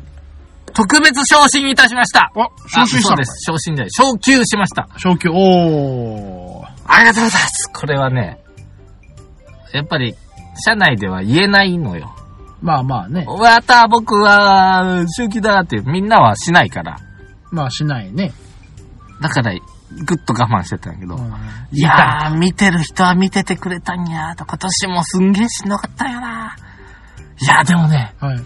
[SPEAKER 1] 特別昇進いたしました
[SPEAKER 2] あ、昇進し
[SPEAKER 1] あそ
[SPEAKER 2] た
[SPEAKER 1] う
[SPEAKER 2] の
[SPEAKER 1] です。昇進じゃない。昇級しました。
[SPEAKER 2] 昇級、おー。
[SPEAKER 1] ありがとうございます。これはね、やっぱり、社内では言えないのよ。
[SPEAKER 2] まあまあね。
[SPEAKER 1] わた、僕は、周期だって、みんなはしないから。
[SPEAKER 2] まあしないね。
[SPEAKER 1] だから、ぐっと我慢してたんやけど。
[SPEAKER 2] うん
[SPEAKER 1] いやー、見てる人は見ててくれたんやーと、今年もすんげーしんどかったよなー。いやー、でもね、
[SPEAKER 2] はい。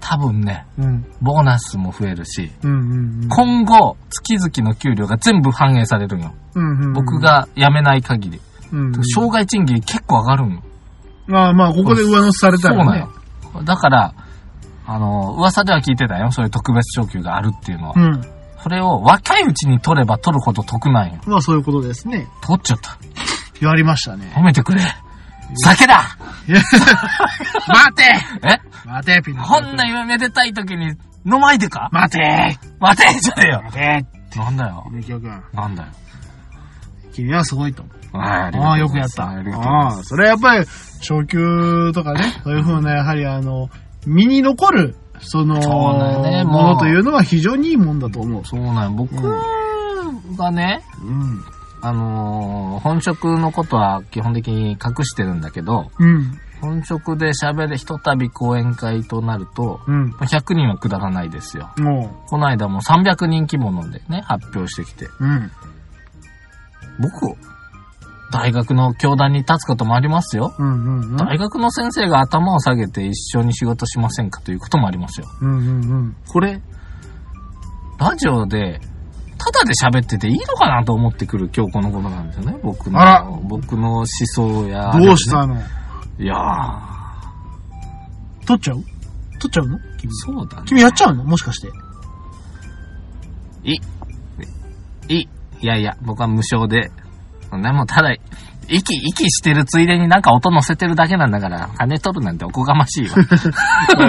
[SPEAKER 1] 多分ね、
[SPEAKER 2] うん。
[SPEAKER 1] ボーナスも増えるし、
[SPEAKER 2] うんうんうん
[SPEAKER 1] 今後、月々の給料が全部反映されるんよ。
[SPEAKER 2] うんうん。
[SPEAKER 1] 僕が辞めない限り。
[SPEAKER 2] うんうん、
[SPEAKER 1] 障害賃金結構上がるんよ。
[SPEAKER 2] まあまあ、ここで上乗せされた
[SPEAKER 1] そう
[SPEAKER 2] ら
[SPEAKER 1] な
[SPEAKER 2] ね。
[SPEAKER 1] の。だから、あの、噂では聞いてたよ。そういう特別昇給があるっていうのは。
[SPEAKER 2] うん。
[SPEAKER 1] それを若いうちに取れば取るほど得なんよ。
[SPEAKER 2] まあそういうことですね。
[SPEAKER 1] 取っちゃった。
[SPEAKER 2] やりました ね。
[SPEAKER 1] 褒めてくれ。酒だ
[SPEAKER 2] 待て
[SPEAKER 1] え
[SPEAKER 2] 待て、ピノキ
[SPEAKER 1] こ
[SPEAKER 2] オ
[SPEAKER 1] んな夢めでたい時に飲まいでか
[SPEAKER 2] 待て
[SPEAKER 1] 待てんじゃねえよ。
[SPEAKER 2] 待て
[SPEAKER 1] なんだよ
[SPEAKER 2] ピ。ノキオ君、
[SPEAKER 1] なんだよ。
[SPEAKER 2] 君はすごいと思う。
[SPEAKER 1] あ
[SPEAKER 2] ああ、よくやった。
[SPEAKER 1] ありがとうございま
[SPEAKER 2] ああ、
[SPEAKER 1] す。
[SPEAKER 2] それはやっぱり、昇級とかね、そういうふうな、やはりあの、身に残る、その、
[SPEAKER 1] そうだよね
[SPEAKER 2] も
[SPEAKER 1] もう
[SPEAKER 2] のというのは非常にいいもんだと思う。
[SPEAKER 1] そうなんよ僕がね、
[SPEAKER 2] うん。
[SPEAKER 1] あのー本職のことは基本的に隠してるんだけど、
[SPEAKER 2] うん。
[SPEAKER 1] 本職で喋る、ひとたび講演会となると、
[SPEAKER 2] うん。
[SPEAKER 1] 100人は下らないですよ。
[SPEAKER 2] も
[SPEAKER 1] この間も300人規模のでね、発表してきて。
[SPEAKER 2] う、うん。
[SPEAKER 1] 僕、大学の教壇に立つこともありますよ。
[SPEAKER 2] うんうんうん。
[SPEAKER 1] 大学の先生が頭を下げて一緒に仕事しませんかということもありますよ。
[SPEAKER 2] うんうんうん。
[SPEAKER 1] これ、ラジオで、ただで喋ってていいのかなと思ってくる今日このことなんですよね。僕
[SPEAKER 2] あら
[SPEAKER 1] の、僕の思想や。
[SPEAKER 2] どうしたの
[SPEAKER 1] いや
[SPEAKER 2] 取っちゃう取っちゃうの
[SPEAKER 1] ー、そうだね。
[SPEAKER 2] 君やっちゃうのもしかして。
[SPEAKER 1] い、い、いやいや、僕は無償で、そんなもうただ、息、息してるついでになんか音乗せてるだけなんだから、金取るなんておこがましいわ。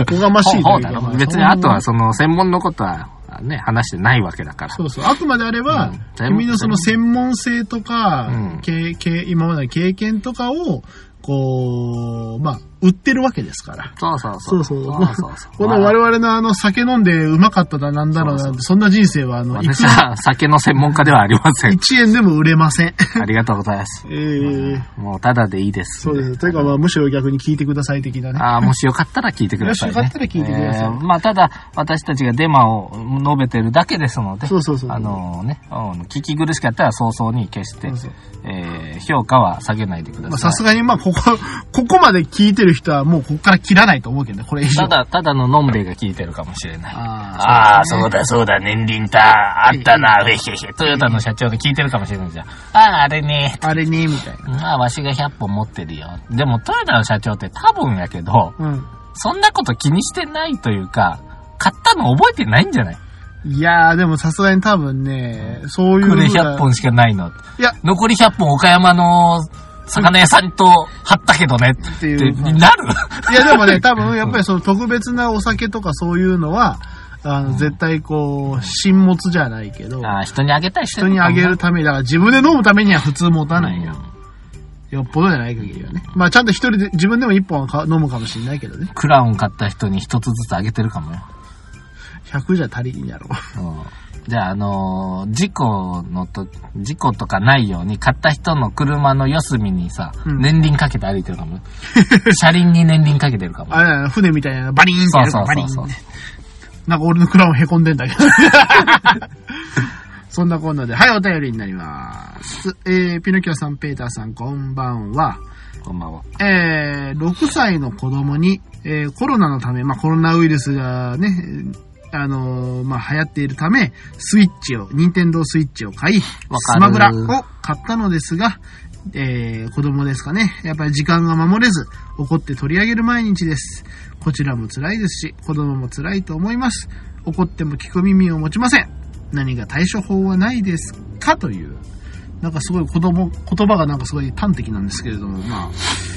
[SPEAKER 2] おこがましいというか
[SPEAKER 1] ほうだろ別にあとはその、専門のことは、ね、話してないわけだから。
[SPEAKER 2] そうそう。あくまであれば、
[SPEAKER 1] うん
[SPEAKER 2] 君のその専門性とか、
[SPEAKER 1] うん
[SPEAKER 2] 経経今までの経験とかを、こう、まあ、売ってるわけですから。
[SPEAKER 1] そうそうそ。
[SPEAKER 2] そううそう。
[SPEAKER 1] そうそう
[SPEAKER 2] この我々のあの、酒飲んでうまかっただなんだろうなんて、そんな人生は、あの、いく
[SPEAKER 1] 私 は酒の専門家ではありません。
[SPEAKER 2] 1円でも売れま せん。
[SPEAKER 1] ありがとうございます。
[SPEAKER 2] ええ
[SPEAKER 1] もうただでいいです。
[SPEAKER 2] そうです。というか、まあ、むしろ逆に聞いてください的なね。
[SPEAKER 1] ああ、もしよかったら聞いてください、ね。
[SPEAKER 2] もしよかったら聞いてください
[SPEAKER 1] まあ、ただ、私たちがデマを述べてるだけですので、
[SPEAKER 2] そうそうそう。
[SPEAKER 1] あのね、うん聞き苦しかったら早々に消して、
[SPEAKER 2] そうそう
[SPEAKER 1] えー評価は下げないでくだ
[SPEAKER 2] まあ
[SPEAKER 1] さ
[SPEAKER 2] さ
[SPEAKER 1] い。
[SPEAKER 2] すがに、まあ、ここ、 ここまで聞いてる人はもうここから切らないと思うけどね、これ以上。
[SPEAKER 1] ただ、ただののんべえが聞いてるかもしれない。
[SPEAKER 2] あ
[SPEAKER 1] あ
[SPEAKER 2] あ
[SPEAKER 1] あ、そうだそうだ、年輪た、あったな、ウェヘヘ。トヨタの社長が聞いてるかもしれないじゃん。ああ、あれね。
[SPEAKER 2] あれに、みたいな。
[SPEAKER 1] まあ、わしが100本持ってるよ。でも、トヨタの社長って多分やけど、
[SPEAKER 2] うん。
[SPEAKER 1] そんなこと気にしてないというか、買ったの覚えてないんじゃない
[SPEAKER 2] いやー、でもさすがに多分ね、そういう
[SPEAKER 1] これ
[SPEAKER 2] ふうな
[SPEAKER 1] 100本しかないの。
[SPEAKER 2] いや、
[SPEAKER 1] 残り100本岡山の魚屋さんと貼ったけどね。っ
[SPEAKER 2] って
[SPEAKER 1] て
[SPEAKER 2] いう。
[SPEAKER 1] なる
[SPEAKER 2] いや、でもね、多分、やっぱりその特別なお酒とかそういうのは、あの、絶対こう、新物じゃないけど、
[SPEAKER 1] ああ、人にあげたりして
[SPEAKER 2] 人にあげるためだから自分で飲むためには普通持
[SPEAKER 1] じ
[SPEAKER 2] た
[SPEAKER 1] ゃ
[SPEAKER 2] ないよ。。よっぽどじゃない限りはね。まあ、ちゃんと一人で、自分でも一本はか飲むかもしれないけどね。
[SPEAKER 1] クラウン買った人に一つずつあげてるかもよ。
[SPEAKER 2] 100じゃ足りんやろ。
[SPEAKER 1] うんじゃあ、あのー事故のと、事故とかないように、買った人の車の四隅にさ、
[SPEAKER 2] うん
[SPEAKER 1] 年輪かけて歩いてるか もよ。車輪に年輪かけてるかもよ。
[SPEAKER 2] あれだな、船みたいなのバリーンって
[SPEAKER 1] そ
[SPEAKER 2] や
[SPEAKER 1] う
[SPEAKER 2] るか
[SPEAKER 1] そう
[SPEAKER 2] らバリー
[SPEAKER 1] そ
[SPEAKER 2] ン
[SPEAKER 1] うそう。
[SPEAKER 2] なんか俺のクラウンへこんでんだけど。 そんなこんなで、はい、お便りになります。えー、ピノキオさん、ペーターさん、こんばんは。
[SPEAKER 1] こんばんは。
[SPEAKER 2] えー、6歳の子供に、えー、コロナのため、まあ、コロナウイルスがね、えーあのーまあ、流行っているため、スイッチを、任天堂スイッチを買い、
[SPEAKER 1] わか
[SPEAKER 2] ス
[SPEAKER 1] る
[SPEAKER 2] マブラを買ったのですが、えー、子供ですかね。やっぱり時間が守れず、怒って取り上げる毎日です。こちらも辛いですし、子供も辛いと思います。怒っても聞く耳を持ちません。何が対処法はないですかという。なんかすごい子供、言葉がなんかすごい端的なんですけれども、ま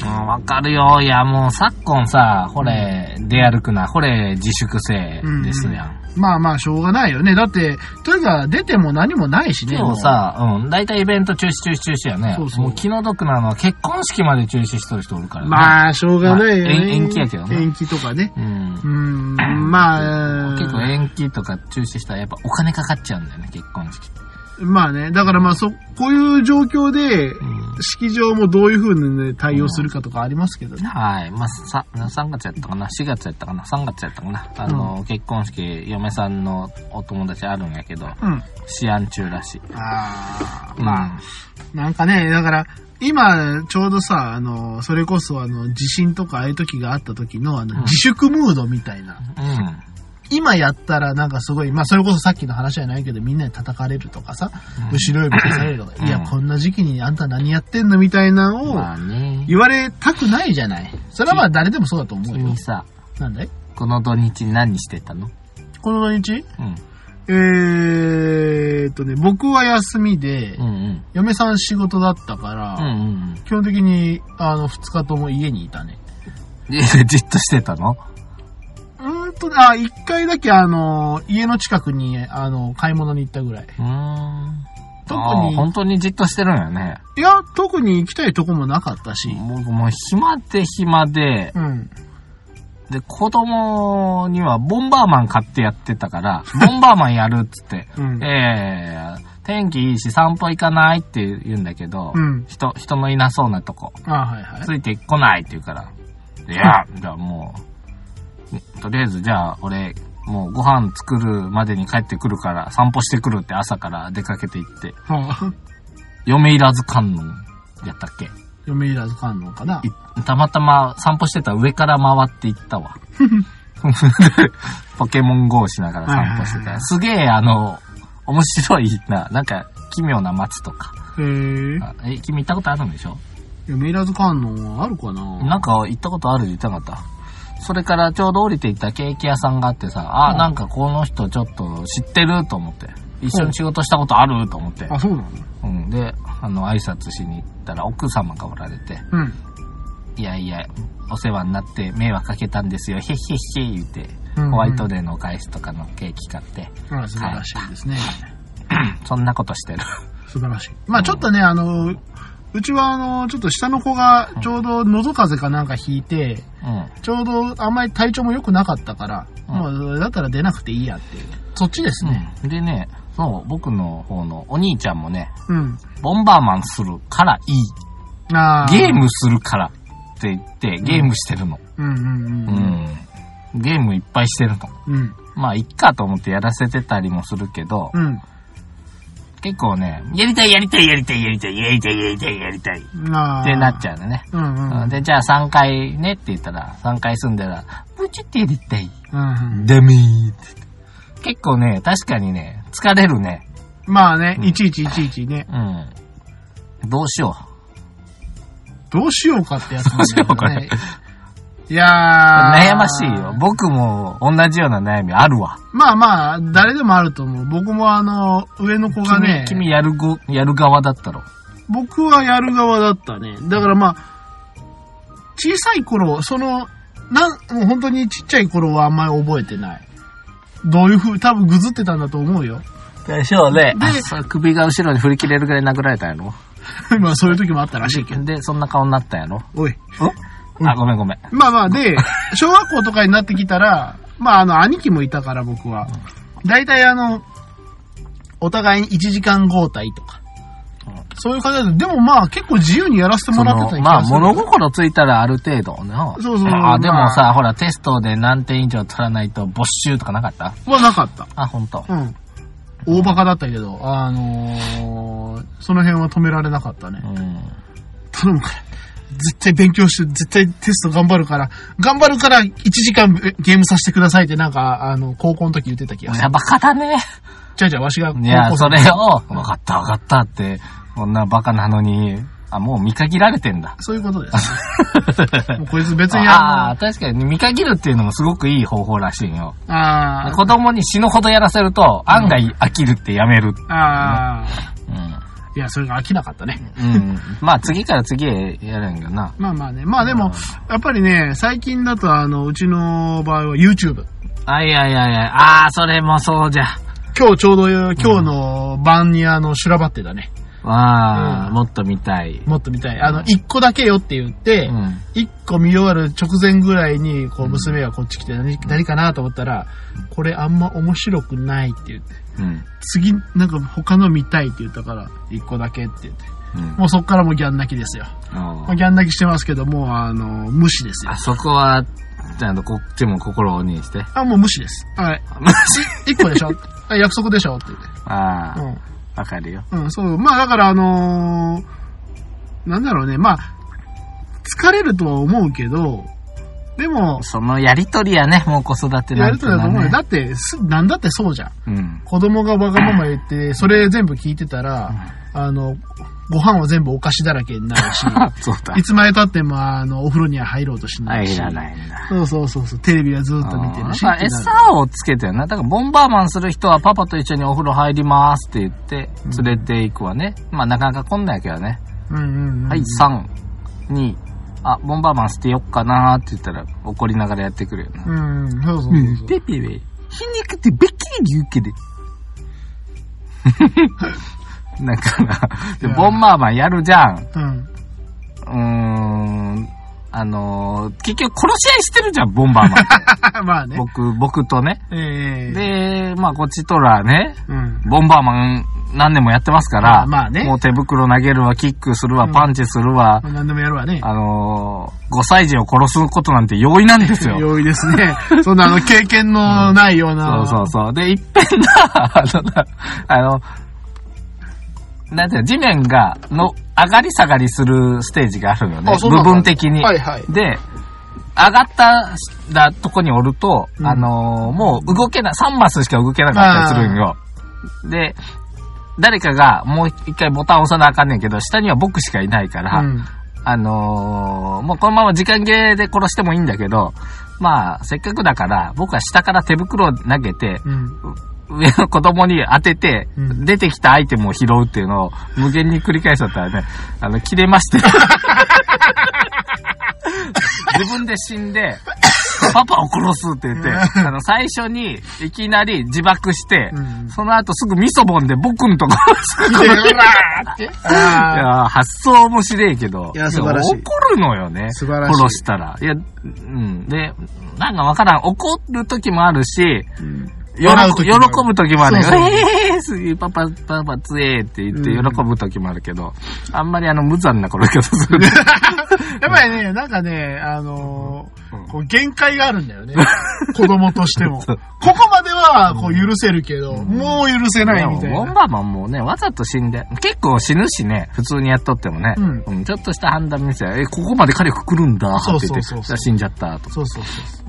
[SPEAKER 2] あ、
[SPEAKER 1] うん、わかるよ。いや、もう、昨今さ、ほれ、出歩くな、ほれ、自粛性ですやん。
[SPEAKER 2] まあまあ、しょうがないよね。だって、とにかく出ても何もないしね。
[SPEAKER 1] 今日さ、うん、大体イベント中止中止中止やね。
[SPEAKER 2] そうそう
[SPEAKER 1] もう気の毒なのは結婚式まで中止しとる人おるから
[SPEAKER 2] も
[SPEAKER 1] ね。
[SPEAKER 2] う。まあ、しょうがないよね。
[SPEAKER 1] まあ延延期やけどね
[SPEAKER 2] 延期とかね。
[SPEAKER 1] うん
[SPEAKER 2] う。ん、まあ、
[SPEAKER 1] 結構延期とか中止したらやっぱお金かかっちゃうんだよね、結婚式って。
[SPEAKER 2] まあね、だからまあ、そ、こういう状況で、
[SPEAKER 1] ん
[SPEAKER 2] 式場もどういうふうにね対応するかとかありますけどね。
[SPEAKER 1] はい。まあ、さ、3月やったかな ?4 月やったかな ?3 月やったかなあの、結婚式、嫁さんのお友達あるんやけど、
[SPEAKER 2] うん。
[SPEAKER 1] 試案中らしい。
[SPEAKER 2] ああ、
[SPEAKER 1] まあ、
[SPEAKER 2] なんかね、だから、今、ちょうどさ、あの、それこそ、あの、地震とか、ああいう時があった時の、あの、自粛ムードみたいな。
[SPEAKER 1] う
[SPEAKER 2] 今やったらなんかすごい、まあそれこそさっきの話じゃないけど、みんなに叩かれるとかさ、後ろ指さされるとか、
[SPEAKER 1] うん
[SPEAKER 2] いや、こんな時期にあんた何やってんのみたいなの
[SPEAKER 1] ん。
[SPEAKER 2] を
[SPEAKER 1] まあね。
[SPEAKER 2] 言われたくないじゃない。それはまあ誰でもそうだと思うよ
[SPEAKER 1] 君。さ、
[SPEAKER 2] なんだい
[SPEAKER 1] この土日何してたの
[SPEAKER 2] この土日
[SPEAKER 1] うん。
[SPEAKER 2] えーっとね、僕は休みで、
[SPEAKER 1] うんうん。
[SPEAKER 2] 嫁さん仕事だったから、
[SPEAKER 1] うんうん
[SPEAKER 2] 基本的に、あの、2日とも家にいたね。
[SPEAKER 1] うん。家 でじっとしてたの
[SPEAKER 2] うーんと、あ、一回だけあの、家の近くに、あの、買い物に行ったぐら
[SPEAKER 1] う
[SPEAKER 2] い。
[SPEAKER 1] ーん。
[SPEAKER 2] 特
[SPEAKER 1] あー
[SPEAKER 2] に、
[SPEAKER 1] 本当にじっとしてるんよね。
[SPEAKER 2] いや、特に行きたいとこもなかったし。
[SPEAKER 1] 僕もう暇で暇で、
[SPEAKER 2] うん。
[SPEAKER 1] で、子供にはボンバーマン買ってやってたから、ボンバーマンやるっつって、
[SPEAKER 2] うん。
[SPEAKER 1] ええ天気いいし散歩行かないって言うんだけど、
[SPEAKER 2] うん。
[SPEAKER 1] 人、人のいなそうなとこ、
[SPEAKER 2] あ、はい はい。
[SPEAKER 1] ついてこないって言うから、いや、じゃあもう、とりあえずじゃあ俺、もうご飯作るまでに帰ってくるから散歩してくるって朝から出かけて行って、
[SPEAKER 2] はあ
[SPEAKER 1] 嫁いらず観音やったっけ
[SPEAKER 2] 嫁いらず観音かな。
[SPEAKER 1] いたまたま散歩してたら上から回って行った わ。ポケモン GO しながら散歩して
[SPEAKER 2] は
[SPEAKER 1] た
[SPEAKER 2] いはいはい
[SPEAKER 1] ら、すげえあの、面白いな、なんか奇妙な松とか。
[SPEAKER 2] へえ。
[SPEAKER 1] あえ、君行ったことあるんでしょ
[SPEAKER 2] 嫁いらず観音はあるかな
[SPEAKER 1] なんか行ったことある言ってなかった。それからちょうど降りていったケーキ屋さんがあってさ、あ、
[SPEAKER 2] うん
[SPEAKER 1] なんかこの人ちょっと知ってると思って。一緒に仕事したことあると思って。
[SPEAKER 2] あ、そうなの
[SPEAKER 1] うん。で、あの、挨拶しに行ったら奥様がおられて、
[SPEAKER 2] うん。
[SPEAKER 1] いやいや、お世話になって迷惑かけたんですよ、へっへっへ言って、
[SPEAKER 2] うんうん
[SPEAKER 1] ホワイトデーのお返しとかのケーキ買って、
[SPEAKER 2] あら素晴らしいですね。
[SPEAKER 1] そんなことしてる。
[SPEAKER 2] 素晴らしい。まあちょっとね、あの、うちはあの、ちょっと下の子がちょうど喉風邪かなんかひいて、
[SPEAKER 1] うん。
[SPEAKER 2] ちょうどあんまり体調も良くなかったから、
[SPEAKER 1] うん
[SPEAKER 2] もうだったら出なくていいやっていう。そっちですね。
[SPEAKER 1] うん、でね、そう、僕の方のお兄ちゃんもね、
[SPEAKER 2] うん。
[SPEAKER 1] ボンバーマンするからいい。
[SPEAKER 2] あ
[SPEAKER 1] ゲームするからって言って、ゲームしてるの。
[SPEAKER 2] うんうん
[SPEAKER 1] う
[SPEAKER 2] うん。
[SPEAKER 1] ん。ゲームいっぱいしてるの。
[SPEAKER 2] うん。
[SPEAKER 1] まあ、いっかと思ってやらせてたりもするけど、
[SPEAKER 2] うん。
[SPEAKER 1] 結構ね、やりたいやりたいやりたいやりたいやりたいやりたいやりたいっ
[SPEAKER 2] あ
[SPEAKER 1] てなっち
[SPEAKER 2] ゃ
[SPEAKER 1] ゃうのね。
[SPEAKER 2] う。うんうん。
[SPEAKER 1] うんで、じゃあ3回ねって言ったら、3回住んだら、ブチってやりたい。
[SPEAKER 2] うんうん
[SPEAKER 1] ダメーって言って。結構ね、確かにね、疲れるね。
[SPEAKER 2] まあね、いちいちいちいちね、
[SPEAKER 1] うん。どうしよう。
[SPEAKER 2] どうしようかってやつなんだ
[SPEAKER 1] どうしよう
[SPEAKER 2] ね。いやー
[SPEAKER 1] 悩ましいよ。僕も同じような悩みあるわ。
[SPEAKER 2] まあまあ、誰でもあると思う。僕もあの、上の子がね、
[SPEAKER 1] 君、君やるご、やる側だったろ。
[SPEAKER 2] 僕はやる側だったね。だからまあ、小さい頃、その、なん、もう本当にちっちゃい頃はあんまり覚えてない。どういうふう、多分ぐずってたんだと思うよ。
[SPEAKER 1] でしょうね
[SPEAKER 2] で
[SPEAKER 1] 首が後ろに振り切れるぐらい殴られたんやろ。
[SPEAKER 2] まあそういう時もあったらしいけど。
[SPEAKER 1] で、そんな顔になったんやろ。
[SPEAKER 2] おい。うん
[SPEAKER 1] あ、ごめんごめん。
[SPEAKER 2] まあま あ、で、小学校とかになってきたら、まああの、兄貴もいたから僕は。大体あの、お互いに1時間交代とか
[SPEAKER 1] うん。
[SPEAKER 2] そういう感じで、でもまあ結構自由にやらせてもらってた
[SPEAKER 1] そ
[SPEAKER 2] り
[SPEAKER 1] のまあ、物心ついたらある程度な。
[SPEAKER 2] そうそう
[SPEAKER 1] あ、でもさ、
[SPEAKER 2] ま
[SPEAKER 1] ほら、テストで何点以上取らないと没収とかなかった
[SPEAKER 2] はなかった。
[SPEAKER 1] あ、本当。
[SPEAKER 2] うん。大バカだったけど、あのー、その辺は止められなかったね
[SPEAKER 1] う。ん。
[SPEAKER 2] 頼むから。絶対勉強して、絶対テスト頑張るから、頑張るから1時間えゲームさせてくださいってなんか、あの、高校の時言ってた気がする。
[SPEAKER 1] 親バカだね。
[SPEAKER 2] じゃあじゃあわしが高校
[SPEAKER 1] いや、そ
[SPEAKER 2] 生
[SPEAKER 1] れを、分かった分かったって、こんなバカなのに、あ、もう見限られてんだ。
[SPEAKER 2] そういうことです。 もうこい つ別に
[SPEAKER 1] あ
[SPEAKER 2] あ
[SPEAKER 1] あ、確かに見限るっていうのもすごくいい方法らしいよ。
[SPEAKER 2] の、あー
[SPEAKER 1] 子供に死ぬほどやらせると、案外飽きるってやめる。
[SPEAKER 2] あー、
[SPEAKER 1] うん。
[SPEAKER 2] いや、それが飽きなかったね。
[SPEAKER 1] うん。まあ次から次へやるんやけどな。
[SPEAKER 2] まあまあね。まあでも、やっぱりね、最近だとあの、うちの場合は YouTube。
[SPEAKER 1] あ、いやいやいや、ああ、それもそうじゃ。
[SPEAKER 2] 今日ちょうど、今日の晩にあの、修羅場ってだね。
[SPEAKER 1] わあ、
[SPEAKER 2] うん
[SPEAKER 1] もっと見たい。
[SPEAKER 2] もっと見たい。あの、一個だけよって言って、
[SPEAKER 1] うん。
[SPEAKER 2] 一個見終わる直前ぐらいに、こう、娘がこっち来て何、何かなと思ったら、これあんま面白くないって言って、
[SPEAKER 1] うん。
[SPEAKER 2] 次、なんか他の見たいって言ったから、一個だけって言って。
[SPEAKER 1] うん。
[SPEAKER 2] もうそっからもうギャン泣きですよ。
[SPEAKER 1] あ
[SPEAKER 2] まあギャン泣きしてますけど、もうあの、無視ですよ
[SPEAKER 1] あ。そこは、ちゃんとこっちも心を鬼にして。
[SPEAKER 2] あ、もう無視です。はい。一個でしょあ約束でしょって言って。
[SPEAKER 1] あ
[SPEAKER 2] うん。
[SPEAKER 1] あ、わかるよ。
[SPEAKER 2] うん、そう。まあ、だから、あのーなんだろうね。まあ、疲れるとは思うけど、でも、
[SPEAKER 1] そのやりとりやね、もう子育て
[SPEAKER 2] や
[SPEAKER 1] な
[SPEAKER 2] る
[SPEAKER 1] んて
[SPEAKER 2] と
[SPEAKER 1] いうの
[SPEAKER 2] だ
[SPEAKER 1] は
[SPEAKER 2] と思うよ。
[SPEAKER 1] ね
[SPEAKER 2] だ。って、すなんだってそうじゃん。
[SPEAKER 1] うん。
[SPEAKER 2] 子供がわがまま言って、それ全部聞いてたら、あの、ご飯は全部お菓子だらけになる し、
[SPEAKER 1] あそうだ
[SPEAKER 2] い。つまで経っても、あの、お風呂には入ろうとしない
[SPEAKER 1] 入
[SPEAKER 2] し。
[SPEAKER 1] らないんだ。
[SPEAKER 2] そうそうそうそう、テレビはずっと見てるし。
[SPEAKER 1] うんやっぱ
[SPEAKER 2] ってなる
[SPEAKER 1] 餌をつけてるな。だから、ボンバーマンする人はパパと一緒にお風呂入りますって言って、連れて行くわね。まあ、なかなか来んないけどね。
[SPEAKER 2] うんうんうん。
[SPEAKER 1] はい、3、2、あ、ボンバーマン捨てよっかなーって言ったら、怒りながらやってくるよな。
[SPEAKER 2] うん、そうそうそうそう。
[SPEAKER 1] ペペペ。皮肉ってべっきり言う けど。だから、で、ボンバーマンやるじゃん。う
[SPEAKER 2] うん。
[SPEAKER 1] ーん。あのー結局殺し合いしてるじゃん、ボンバーマン。
[SPEAKER 2] まあね。
[SPEAKER 1] 僕、僕とね。
[SPEAKER 2] ええ
[SPEAKER 1] で、まあ、こっちとらね、
[SPEAKER 2] うん。
[SPEAKER 1] ボンバーマン何年もやってますから、
[SPEAKER 2] まあね
[SPEAKER 1] もう手袋投げるわ、キックするわ、
[SPEAKER 2] うん
[SPEAKER 1] パンチするわ、
[SPEAKER 2] まあ何でもやるわね。
[SPEAKER 1] あのー、5歳児を殺すことなんて容易なんですよ。
[SPEAKER 2] 容易ですね。 そんなあの、経験のないような。
[SPEAKER 1] そうそうそう。で、いっぺんな、あのな、あの、なんていうの、地面が、の、上がり下がりするステージがあるのね
[SPEAKER 2] あ。そ
[SPEAKER 1] 部
[SPEAKER 2] んなの
[SPEAKER 1] 分的に。
[SPEAKER 2] はいはい。
[SPEAKER 1] で、上がったらとこにおると、
[SPEAKER 2] うん
[SPEAKER 1] あのーもう動けない、3マスしか動けなかったりするんよ。で、誰かがもう一回ボタン押さなあかんねんけど、下には僕しかいないから、
[SPEAKER 2] うん。
[SPEAKER 1] あのーもうこのまま時間ゲーで殺してもいいんだけど、まあ、せっかくだから、僕は下から手袋を投げて、
[SPEAKER 2] うん。
[SPEAKER 1] 上の子供に当てて、
[SPEAKER 2] うん
[SPEAKER 1] 出てきたアイテムを拾うっていうのを無限に繰り返しちゃったらね、あの、切れま して。自分で死んで、パパを殺すって言って、あの、最初にいきなり自爆して、
[SPEAKER 2] うん
[SPEAKER 1] その後すぐミソボンで僕んとこ
[SPEAKER 2] 見てほらーって。
[SPEAKER 1] い
[SPEAKER 2] ああ。
[SPEAKER 1] やー、発想もしれえけど。
[SPEAKER 2] いや素晴らしい
[SPEAKER 1] でも怒るのよね。
[SPEAKER 2] 素晴らしい
[SPEAKER 1] 殺したら。いや、うん。で、なんかわからん。怒る時もあるし、
[SPEAKER 2] うん
[SPEAKER 1] 喜
[SPEAKER 2] 笑う時
[SPEAKER 1] 喜
[SPEAKER 2] もある
[SPEAKER 1] ぶ時もある。
[SPEAKER 2] そうそう
[SPEAKER 1] えーすげえ、パパ、パパ、つえーって言って
[SPEAKER 2] うん
[SPEAKER 1] 喜ぶ時もあるけど、あんまりあの、無残な殺し方すると。
[SPEAKER 2] やっぱりね、なんかね、あのー
[SPEAKER 1] うん
[SPEAKER 2] こう限界があるんだよね。子供として も。ここまではこう許せるけど、もう許せないみたい
[SPEAKER 1] ボン
[SPEAKER 2] な。
[SPEAKER 1] バーマンもね、わざと死んで、結構死ぬしね、普通にやっとってもね、
[SPEAKER 2] うん
[SPEAKER 1] ちょっとした判断ミスや、え、ここまで火力来るんだ、って言って、
[SPEAKER 2] そうそうそうそう
[SPEAKER 1] 死んじゃった、と。
[SPEAKER 2] そうそうそうそう。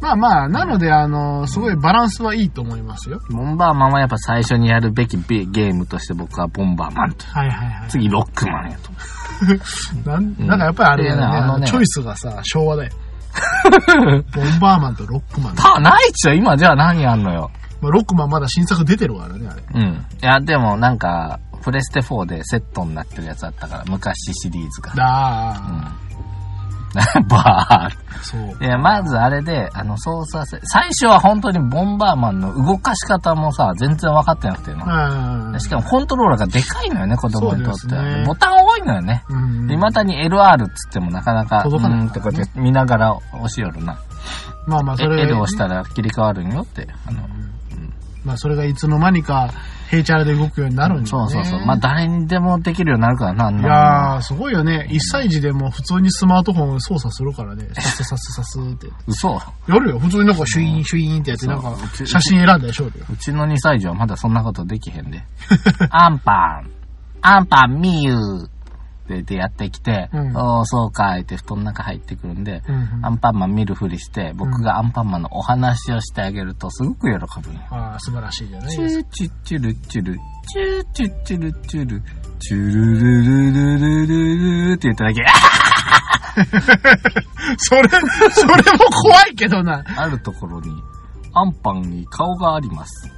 [SPEAKER 2] まあまあ、なので、あのーすごいバランスはいいと思いますよ。
[SPEAKER 1] ボンバーマンはやっぱ最初にやるべきゲームとして僕はボンバーマンと。
[SPEAKER 2] はいはいはい。
[SPEAKER 1] 次、ロックマンやと。
[SPEAKER 2] なんなんかやっぱりあれだよね、
[SPEAKER 1] うんいやねあのね
[SPEAKER 2] あのチョイスがさ、昭和だ よ。ボンバーマンとロックマン。
[SPEAKER 1] た、ないっちゃ今じゃあ何やんのよ。
[SPEAKER 2] まあ、ロックマンまだ新作出てるからね、あれ。
[SPEAKER 1] うん。いや、でもなんか、プレステ4でセットになってるやつあったから、昔シリーズが。 う
[SPEAKER 2] だ
[SPEAKER 1] ん。バ
[SPEAKER 2] あ、そう。
[SPEAKER 1] ー。いや、まずあれで、あの、操作性。最初は本当にボンバーマンの動かし方もさ、全然分かってなくてな。
[SPEAKER 2] うん。
[SPEAKER 1] しかもコントローラーがでかいのよね、子供にとっ
[SPEAKER 2] そ
[SPEAKER 1] て
[SPEAKER 2] うです
[SPEAKER 1] は。
[SPEAKER 2] ね
[SPEAKER 1] ボタン多いのよね。
[SPEAKER 2] うん
[SPEAKER 1] いまだに LR っつってもなかなか、
[SPEAKER 2] 届かないう
[SPEAKER 1] ーんってこうやって見ながら押しよるな。
[SPEAKER 2] まあまあ、
[SPEAKER 1] え
[SPEAKER 2] それ
[SPEAKER 1] L を押したら切り替わるんよって。あの
[SPEAKER 2] まあ、それがいつの間にか、ヘイチャラで動くようになるんだ
[SPEAKER 1] そ
[SPEAKER 2] よ
[SPEAKER 1] う
[SPEAKER 2] ね。
[SPEAKER 1] そうそう。まあ誰にでもできるようになるからな、あん
[SPEAKER 2] い
[SPEAKER 1] なの
[SPEAKER 2] やー、すごいよね。1歳児でも普通にスマートフォンを操作するからね。さすさすさすって。
[SPEAKER 1] 嘘。
[SPEAKER 2] やるよ。普通になんかシュイーンシュイーンってやって、なんか
[SPEAKER 1] そう
[SPEAKER 2] 写真選んだでしょ、俺
[SPEAKER 1] うちの2歳児はまだそんなことできへ んで。アンパン、アンパンミユーって言ってやってきて、
[SPEAKER 2] うん
[SPEAKER 1] おー、そうかいって布団の中入ってくるんで、
[SPEAKER 2] うん
[SPEAKER 1] アンパンマン見るふりして、僕がアンパンマンのお話をしてあげるとすごく喜ぶんよ。
[SPEAKER 2] ああ、素晴らしいじゃない
[SPEAKER 1] チ
[SPEAKER 2] ですか。
[SPEAKER 1] ューチュッチュルチュル、チューチュッチュルチュル、チュルルルルルルルって言っただけ、あ
[SPEAKER 2] それ、それも怖いけどな。
[SPEAKER 1] ーあるところに、アンパンに顔があります。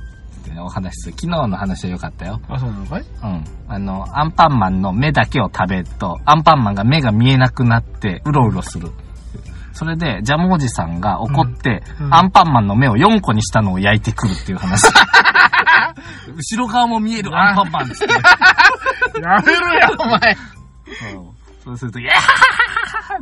[SPEAKER 1] ってねお話しする。昨日の話は良かったよ。
[SPEAKER 2] あ、そうなのかい
[SPEAKER 1] うん。あの、アンパンマンの目だけを食べると、アンパンマンが目が見えなくなって、うろうろする。それで、ジャムおじさんが怒って、
[SPEAKER 2] うんうん
[SPEAKER 1] アンパンマンの目を4個にしたのを焼いてくるっていう 話。後ろ側も見えるアンパンマンですね。
[SPEAKER 2] やめろや、お前。
[SPEAKER 1] うんそうすると、イヤ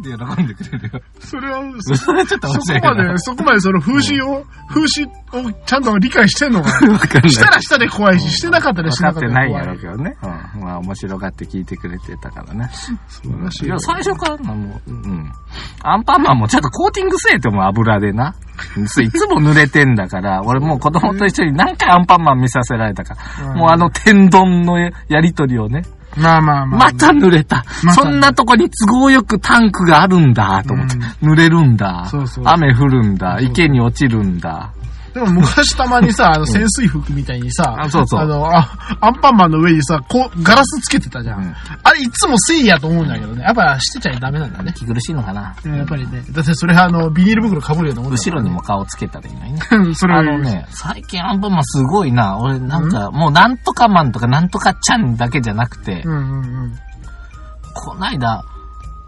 [SPEAKER 1] ーって喜んでくれるよ。
[SPEAKER 2] それは、そ
[SPEAKER 1] それちょっと面
[SPEAKER 2] そ
[SPEAKER 1] 白い
[SPEAKER 2] こ
[SPEAKER 1] な。
[SPEAKER 2] まで、そこまでその風刺を、風刺をちゃんと理解してんのかな
[SPEAKER 1] わかんない。
[SPEAKER 2] したらしたで怖いし、してなかったら
[SPEAKER 1] 分
[SPEAKER 2] して
[SPEAKER 1] か
[SPEAKER 2] な
[SPEAKER 1] っ
[SPEAKER 2] かってた
[SPEAKER 1] な
[SPEAKER 2] ら
[SPEAKER 1] いや
[SPEAKER 2] 怖
[SPEAKER 1] ろう
[SPEAKER 2] い
[SPEAKER 1] け。どね。うん。まあ面白がって聞いてくれてたからね。
[SPEAKER 2] 素晴らしい
[SPEAKER 1] い
[SPEAKER 2] よ
[SPEAKER 1] や、最初からな、もう、うん。アンパンマンもちゃんとコーティングせえってもう油でな。そういつも濡れてんだ から、俺もう子供と一緒に何回アンパンマン見させられたか。
[SPEAKER 2] うん
[SPEAKER 1] もうあの天丼のやりとりをね、
[SPEAKER 2] まあまあまあ、
[SPEAKER 1] また濡れた。
[SPEAKER 2] また
[SPEAKER 1] そんなとこに都合よくタンクがあるんだ、と思って。濡れるんだ
[SPEAKER 2] そうそう
[SPEAKER 1] 雨降るんだ。
[SPEAKER 2] そうそう
[SPEAKER 1] 池に落ちるんだ。
[SPEAKER 2] でも昔たまにさ、あの、潜水服みたいにさ、
[SPEAKER 1] あそうそう
[SPEAKER 2] あの、あアンパンマンの上にさ、こう、ガラスつけてたじゃ
[SPEAKER 1] う
[SPEAKER 2] ん。
[SPEAKER 1] ん
[SPEAKER 2] あれ、いつも水位やと思うんだけどね。やっぱ、してちゃダメなんだね。
[SPEAKER 1] 息苦しいのかな。
[SPEAKER 2] やっぱりね。だってそれは、あの、ビニール袋かぶるようなもんだ
[SPEAKER 1] 後
[SPEAKER 2] から
[SPEAKER 1] ろにも顔つけたらいいのにね。
[SPEAKER 2] うんそれは
[SPEAKER 1] あ
[SPEAKER 2] 言
[SPEAKER 1] の
[SPEAKER 2] う
[SPEAKER 1] ね、最近アンパンマンすごいな。俺なんか、もうなんとかマンとかなんとかちゃんだけじゃなくて、
[SPEAKER 2] うんうんうん。
[SPEAKER 1] こないだ、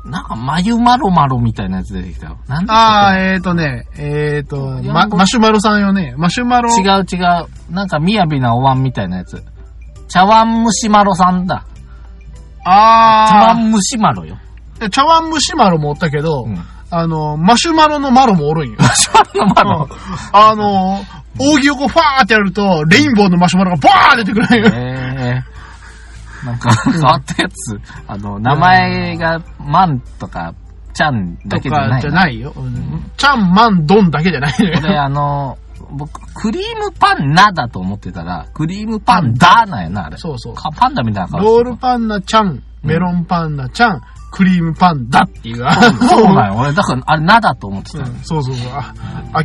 [SPEAKER 1] なんか眉マロマロみたいなやつ出てきたよ。なんだ
[SPEAKER 2] ああ、えーとね、えーと、
[SPEAKER 1] ヤ
[SPEAKER 2] ま、
[SPEAKER 1] ンゴ
[SPEAKER 2] マシュマロさんよね。マシュマロ。
[SPEAKER 1] 違う違う。なんか雅なお椀みたいなやつ。茶碗蒸しマロさんだ。茶
[SPEAKER 2] あ
[SPEAKER 1] 碗蒸しマロよ。
[SPEAKER 2] あ、茶碗蒸しマロもおったけど、
[SPEAKER 1] うん。
[SPEAKER 2] あの、マシュマロのマロも おるんよ。
[SPEAKER 1] マシュマロマロ。
[SPEAKER 2] あの、扇をこうファーってやると、レインボーのマシュマロがバー出てくるんよ。
[SPEAKER 1] えー、なんか変わったやつ、あの、名前がマンとかちゃんだ
[SPEAKER 2] と
[SPEAKER 1] けじゃ
[SPEAKER 2] か
[SPEAKER 1] ない
[SPEAKER 2] じ
[SPEAKER 1] な。
[SPEAKER 2] ゃないよ。ちゃん、まん、どんだけじゃないの
[SPEAKER 1] これ
[SPEAKER 2] よ。
[SPEAKER 1] あの、僕、クリームパンナだと思ってたら、クリームパンダなんやな、あれ。
[SPEAKER 2] そうそう。
[SPEAKER 1] かパンダみたいな顔
[SPEAKER 2] ロ
[SPEAKER 1] し
[SPEAKER 2] ー
[SPEAKER 1] てる
[SPEAKER 2] ルパンナちゃん、メロンパンナちゃん、クリームパンダっていう。
[SPEAKER 1] そうなんよ。俺、だから、あれ、なだと思ってた
[SPEAKER 2] う
[SPEAKER 1] よ。
[SPEAKER 2] ん そうそうそう。あ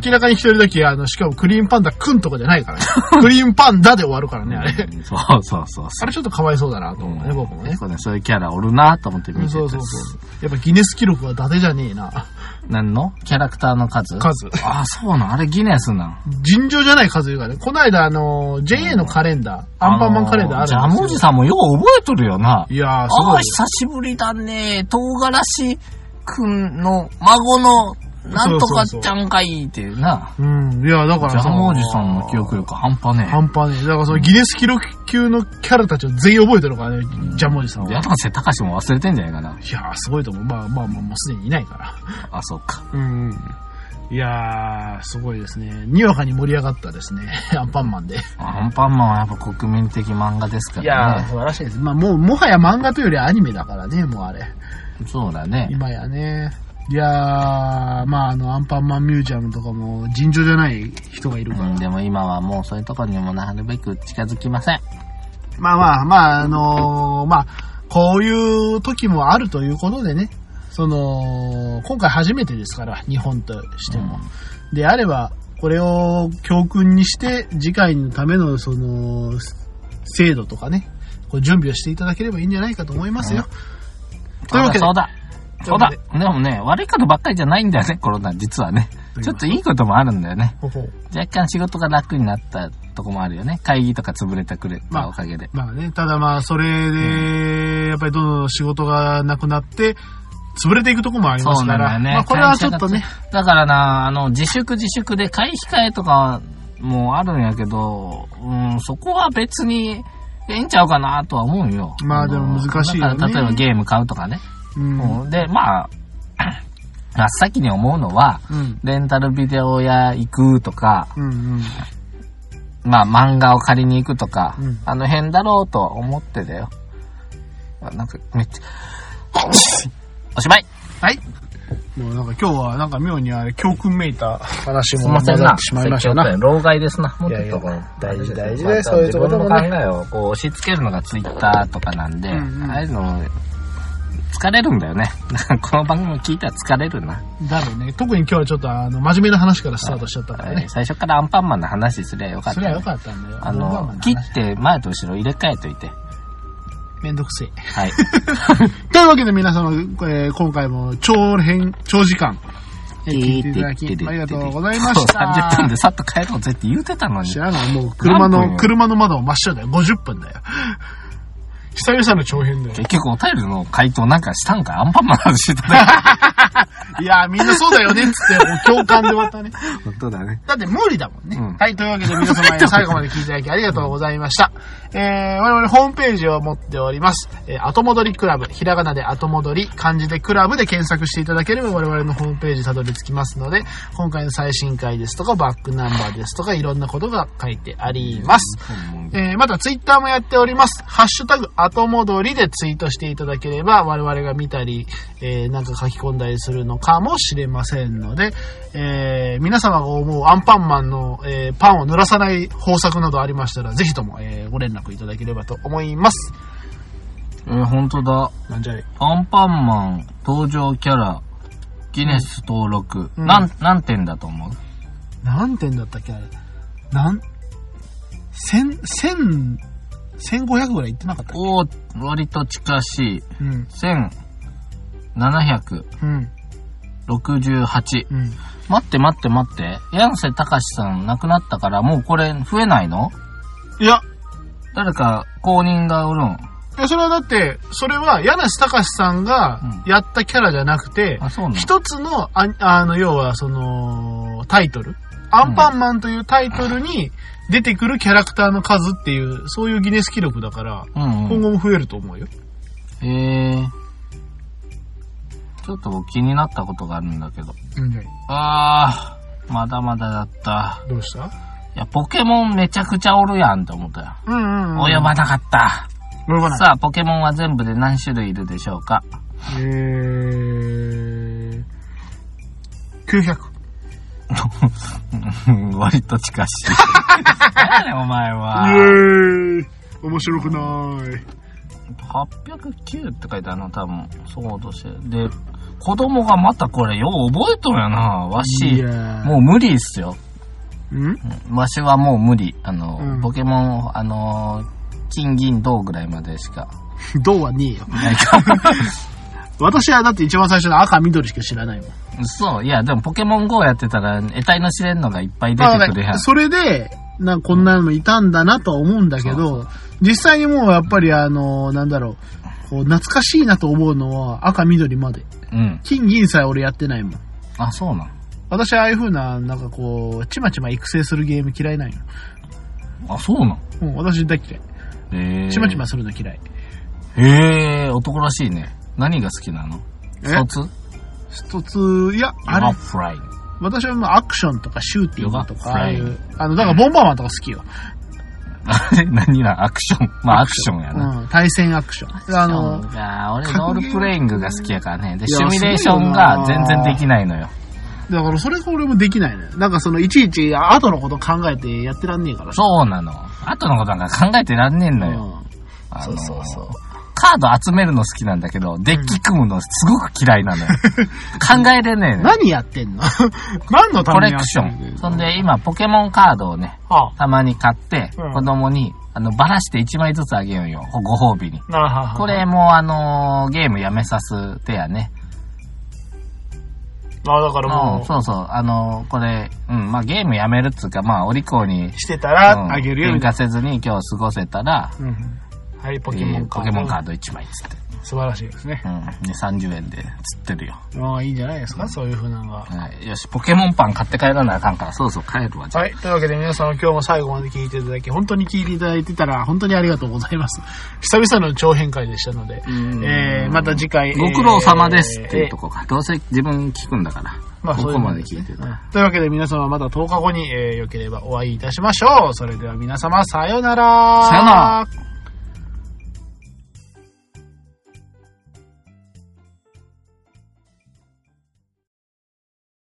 [SPEAKER 2] 明らかに一人だけ、あの、しかもクリームパンダくんとかじゃな いからね。クリームパンダで終わるからね、あれ。
[SPEAKER 1] うんそうそうそう
[SPEAKER 2] あ
[SPEAKER 1] そ
[SPEAKER 2] れちょっとかわいそうだなと
[SPEAKER 1] う。
[SPEAKER 2] 思うね、僕もね
[SPEAKER 1] 結。構ね、そういうキャラおるなと思って見
[SPEAKER 2] う
[SPEAKER 1] て
[SPEAKER 2] ん
[SPEAKER 1] た。
[SPEAKER 2] そうそうそう。やっぱギネス記録は伊達じゃねえな。
[SPEAKER 1] 何のキャラクターの数
[SPEAKER 2] 数。
[SPEAKER 1] あ、そうなん。あれギネスなん。
[SPEAKER 2] 尋常じゃない数言うからね。こないだあの、JA のカレンダー、アンパンマンカレンダーあるんですよ。
[SPEAKER 1] ジャムおじさんもよう覚えとるよな。
[SPEAKER 2] いやー、す
[SPEAKER 1] あ
[SPEAKER 2] ご
[SPEAKER 1] あ、
[SPEAKER 2] い。
[SPEAKER 1] 久しぶりだね。唐辛子くんの孫のなんとかちゃんかいっていうな。
[SPEAKER 2] うん、いや、だから
[SPEAKER 1] ジャムおじさんの記憶力半端ね
[SPEAKER 2] 半端ねえ。だからそのギネス記録級のキャラたちを全員覚えてるからね、ジャムおじさん
[SPEAKER 1] え。
[SPEAKER 2] は。
[SPEAKER 1] 山瀬隆も忘れてんじゃないかな。
[SPEAKER 2] いやー、すごいと思う。まあまあまあ、もうすでにいないから。
[SPEAKER 1] あ、そうか。
[SPEAKER 2] うん。いやー、すごいですね。にわかに盛り上がったですね。 アンパンマンで。
[SPEAKER 1] アンパンマンはやっぱ国民的漫画ですからね。
[SPEAKER 2] 晴らしいです。まあ、もう、もはや漫画というよりアニメだからね、もうあれ。
[SPEAKER 1] そうだね。
[SPEAKER 2] 今やね。いやー、まあ、あの、アンパンマンミュージアムとかも、尋常じゃない人がいる
[SPEAKER 1] う
[SPEAKER 2] から。
[SPEAKER 1] ん、でも今はもうそういうとこにもなるべく近づきません。
[SPEAKER 2] まあまあ、まあ、あのーまあ、こういう時もあるということでね。その、今回初めてですから、日本としても。であれば、これを教訓にして、次回のための、その、制度とかね、こう準備をしていただければいいんじゃないかと思いますよ。というわけで
[SPEAKER 1] そうだ。そうだ
[SPEAKER 2] という。
[SPEAKER 1] でもね、悪いことばっかりじゃないんだよね、コロナ、実はね。ちょっといいこともあるんだよね。
[SPEAKER 2] ほほ
[SPEAKER 1] 若干仕事が楽になったとこもあるよね。会議とか潰れたくれ
[SPEAKER 2] まあ
[SPEAKER 1] たおかげで。
[SPEAKER 2] まあね、ただまあ、それで、やっぱりどんどん仕事がなくなって、潰れていくとこもありますから、
[SPEAKER 1] よ
[SPEAKER 2] まあこれはちょっと
[SPEAKER 1] 会
[SPEAKER 2] ね、。
[SPEAKER 1] 社がだからな、あの、自粛自粛で会費控えとかもあるんやけど、うん、そこは別に、ええんちゃうかなとは思うよ。
[SPEAKER 2] まあでも難しいよね
[SPEAKER 1] だから例えばゲーム買うとかね。
[SPEAKER 2] うん
[SPEAKER 1] うんで、まあ、 真っ先に思うのは、
[SPEAKER 2] うん、
[SPEAKER 1] レンタルビデオ屋行くとか、
[SPEAKER 2] うん、うん。
[SPEAKER 1] まあ漫画を借りに行くとか、
[SPEAKER 2] うん
[SPEAKER 1] あの辺だろうとは思ってだよ。あなんかめっちゃ、おしまい
[SPEAKER 2] はい。もうなんか今日はなんか妙にあれ教訓めいた話
[SPEAKER 1] すい
[SPEAKER 2] も
[SPEAKER 1] ません
[SPEAKER 2] 混ざっ
[SPEAKER 1] な。
[SPEAKER 2] てしまいましたな。
[SPEAKER 1] 老害ですな。もう
[SPEAKER 2] い
[SPEAKER 1] ち
[SPEAKER 2] や
[SPEAKER 1] ょっ
[SPEAKER 2] いや
[SPEAKER 1] とこう
[SPEAKER 2] 大事
[SPEAKER 1] ですよ
[SPEAKER 2] 大事ですそういうところもね
[SPEAKER 1] 自分の考えをこう押し付けるのがツイッターとかなんで、
[SPEAKER 2] うんうん
[SPEAKER 1] ああいうの疲れるんだよね。 なんかこの番組聞いたら疲れるな。
[SPEAKER 2] だろうね。特に今日はちょっとあの真面目な話からスタートしちゃったからね。
[SPEAKER 1] 最初からアンパンマンの話すりゃよかっ
[SPEAKER 2] そ
[SPEAKER 1] た
[SPEAKER 2] れ
[SPEAKER 1] ね、
[SPEAKER 2] は良かったんだよ。
[SPEAKER 1] あ
[SPEAKER 2] アンパンマ
[SPEAKER 1] の
[SPEAKER 2] ン、
[SPEAKER 1] 切
[SPEAKER 2] 話
[SPEAKER 1] って前と後ろ入れ替えといて。
[SPEAKER 2] めんどくせえ。
[SPEAKER 1] はい。
[SPEAKER 2] というわけで皆様、えー今回も長編、長時間、えー 聞いていただ
[SPEAKER 1] 聞いていただ
[SPEAKER 2] き、
[SPEAKER 1] き
[SPEAKER 2] ありがとうござ いました。
[SPEAKER 1] 30分でさっと帰ろうぜって言うてたのに
[SPEAKER 2] 知。らない。もう車
[SPEAKER 1] 何分
[SPEAKER 2] の、
[SPEAKER 1] よ
[SPEAKER 2] 車の窓を真っ白だよ。50分だよ。久々の長編だよ。
[SPEAKER 1] 結局お便りの回答なんかしたんかアンパンマンの話してた ね。
[SPEAKER 2] いやーみんなそうだよねっつって、もう共感で終わったね。
[SPEAKER 1] 本当だね。
[SPEAKER 2] だって無理だもんね。
[SPEAKER 1] うん
[SPEAKER 2] はい、というわけで皆 様最後まで聞いていただきありがとうございました。えー、我々ホームページを持っております。えー、後戻りクラブ、ひらがなで後戻り、漢字でクラブで検索していただければ我々のホームページにたどり着きますので、今回の最新回ですとか、バックナンバーですとか、いろんなことが書いてあります。えーまたツイッターもやっております。ハッシュタグ、後戻りでツイートしていただければ、我々が見たり、えーなんか書き込んだりするのかもしれませんので、えー皆様が思うアンパンマンの、えーパンを濡らさない方策などありましたら、ぜひとも、えーご連絡いただければと思います。
[SPEAKER 1] えー、本当だ。
[SPEAKER 2] なんじゃい。
[SPEAKER 1] アンパンマン登場キャラ、ギネス登録。
[SPEAKER 2] うん
[SPEAKER 1] なん、何点だと思う
[SPEAKER 2] 何点だったっけあれ。なん、千、千、千五百ぐらいいってなかったっ
[SPEAKER 1] おー、割と近しい。
[SPEAKER 2] けうん。
[SPEAKER 1] 1768。
[SPEAKER 2] うん。うん。
[SPEAKER 1] 待って待って待って。ヤンセタカシさん亡くなったから、もうこれ増えないの
[SPEAKER 2] いや、
[SPEAKER 1] 誰か公認がおるん。
[SPEAKER 2] いやそれはだって、それは柳瀬隆さんがやったキャラじゃなくて、
[SPEAKER 1] あ、そうなの
[SPEAKER 2] 一つの、ああの、要はその、タイトル。アンパンマンというタイトルに出てくるキャラクターの数っていう、そういうギネス記録だから、
[SPEAKER 1] うん、う
[SPEAKER 2] 今
[SPEAKER 1] ん。
[SPEAKER 2] 後も増えると思うよ。
[SPEAKER 1] えー。ちょっと僕気になったことがあるんだけど。あー、まだまだだった。
[SPEAKER 2] どうした
[SPEAKER 1] いや、ポケモンめちゃくちゃおるやんって思ったよ。
[SPEAKER 2] うんうん、うん。
[SPEAKER 1] 及ばなかった。
[SPEAKER 2] 及ばない。
[SPEAKER 1] さあ、ポケモンは全部で何種類いるでしょう か
[SPEAKER 2] えー、900。
[SPEAKER 1] うん割と近しい。何や ねん、お前は。
[SPEAKER 2] イェーイ面白くない。
[SPEAKER 1] 809って書いてあるの、多分。そうとして。で、子供がまたこれ、よう覚えとるやな。わ
[SPEAKER 2] い
[SPEAKER 1] し、
[SPEAKER 2] や
[SPEAKER 1] もう無理っすよ。
[SPEAKER 2] う、ん
[SPEAKER 1] わしはもう無理。あの、
[SPEAKER 2] うん
[SPEAKER 1] ポケモン、あの、金銀銅ぐらいまでしか。
[SPEAKER 2] 銅は2位よ。私はだって一番最初の赤緑しか知らないもん。
[SPEAKER 1] そう、いや、でもポケモン GO やってたら、得体の知れんのがいっぱい出
[SPEAKER 2] まあ
[SPEAKER 1] てくるやん。
[SPEAKER 2] それで、なんかこんなのいたんだなとは思うんだけど、実際にもうやっぱりあの、なんだろう、こう懐かしいなと思うのは赤緑まで。
[SPEAKER 1] うん。
[SPEAKER 2] 金銀さえ俺やってないもん。
[SPEAKER 1] あ、そうなん。
[SPEAKER 2] 私ああいう風な、なんかこう、ちまちま育成するゲーム嫌いなんよ。
[SPEAKER 1] あ、そうなん。
[SPEAKER 2] うん、私大嫌い。
[SPEAKER 1] えー、
[SPEAKER 2] ちまちま。するの嫌い。
[SPEAKER 1] へえー、男らしいね。何が好きなの卒
[SPEAKER 2] 一つ、いや、あ
[SPEAKER 1] ヨガ
[SPEAKER 2] れ、
[SPEAKER 1] フライ。
[SPEAKER 2] 私はもうアクションとかシューティングとか、
[SPEAKER 1] ヨガ
[SPEAKER 2] ああいう、あの、だからボンバーマンとか好きよ。
[SPEAKER 1] あれ何なアクション。まあ、アクションやな。
[SPEAKER 2] うん、対戦アクション。あの、
[SPEAKER 1] が、俺ロールプレイングが好きやからね。で、
[SPEAKER 2] いや
[SPEAKER 1] シミュレーションが全然できないのよ。
[SPEAKER 2] だからそれが俺もできないのよ。なんかそのいちいち後のこと考えてやってらんねえからさ。
[SPEAKER 1] そうなの。後のことなんか考えてらんねえのよ。
[SPEAKER 2] う
[SPEAKER 1] あの
[SPEAKER 2] そうそうそう
[SPEAKER 1] カード集めるの好きなんだけど、デッキ組むのすごく嫌いなの よ。考えれねえ
[SPEAKER 2] ん
[SPEAKER 1] のよ。
[SPEAKER 2] 何やってんの 何のた
[SPEAKER 1] コレ
[SPEAKER 2] めにや
[SPEAKER 1] ク
[SPEAKER 2] っ
[SPEAKER 1] シ
[SPEAKER 2] て
[SPEAKER 1] ョ
[SPEAKER 2] んの
[SPEAKER 1] ン。そんで今、ポケモンカードをね、
[SPEAKER 2] あ
[SPEAKER 1] たまに買って、
[SPEAKER 2] うん
[SPEAKER 1] 子供に、あの、ばらして1枚ずつあげようよ。ご褒美に。
[SPEAKER 2] なるほど。
[SPEAKER 1] これもあのーゲームやめさす手やね。
[SPEAKER 2] あだから
[SPEAKER 1] うん、
[SPEAKER 2] も
[SPEAKER 1] そうそう。あのーこれ、うん、まあゲームやめるっつうか、まあお利口に
[SPEAKER 2] う、してたらあげるよ
[SPEAKER 1] うん
[SPEAKER 2] みたい
[SPEAKER 1] 喧嘩せずに今日過ごせたら、
[SPEAKER 2] な。うんはい、ポ
[SPEAKER 1] ポ
[SPEAKER 2] ケモンカード。
[SPEAKER 1] ポケモンカード1枚っつって。
[SPEAKER 2] 素晴らしいですね。
[SPEAKER 1] うん。で、30円で釣ってるよ。
[SPEAKER 2] ああ、いいんじゃないですか、そういう風なのが。
[SPEAKER 1] はい。よし、ポケモンパン買って帰らなあかんから、そうそう帰るわ、じゃあ
[SPEAKER 2] はい。というわけで皆さん今日も最後まで聞いていただき、本当に聞いていただいてたら、本当にありがとうございます。久々の長編会でしたので、
[SPEAKER 1] ん
[SPEAKER 2] えー、また次回。
[SPEAKER 1] ご苦労様ですってい
[SPEAKER 2] え
[SPEAKER 1] う
[SPEAKER 2] ー
[SPEAKER 1] とこか。どうせ自分聞くんだから。
[SPEAKER 2] まあ
[SPEAKER 1] こ
[SPEAKER 2] そうい
[SPEAKER 1] こ
[SPEAKER 2] うも
[SPEAKER 1] ま
[SPEAKER 2] ん
[SPEAKER 1] で
[SPEAKER 2] です
[SPEAKER 1] 聞
[SPEAKER 2] ね
[SPEAKER 1] いてたら。
[SPEAKER 2] というわけで皆様また10日後に、えー、よければお会いいたしましょう。それでは皆様さようなら。
[SPEAKER 1] さような
[SPEAKER 2] ら。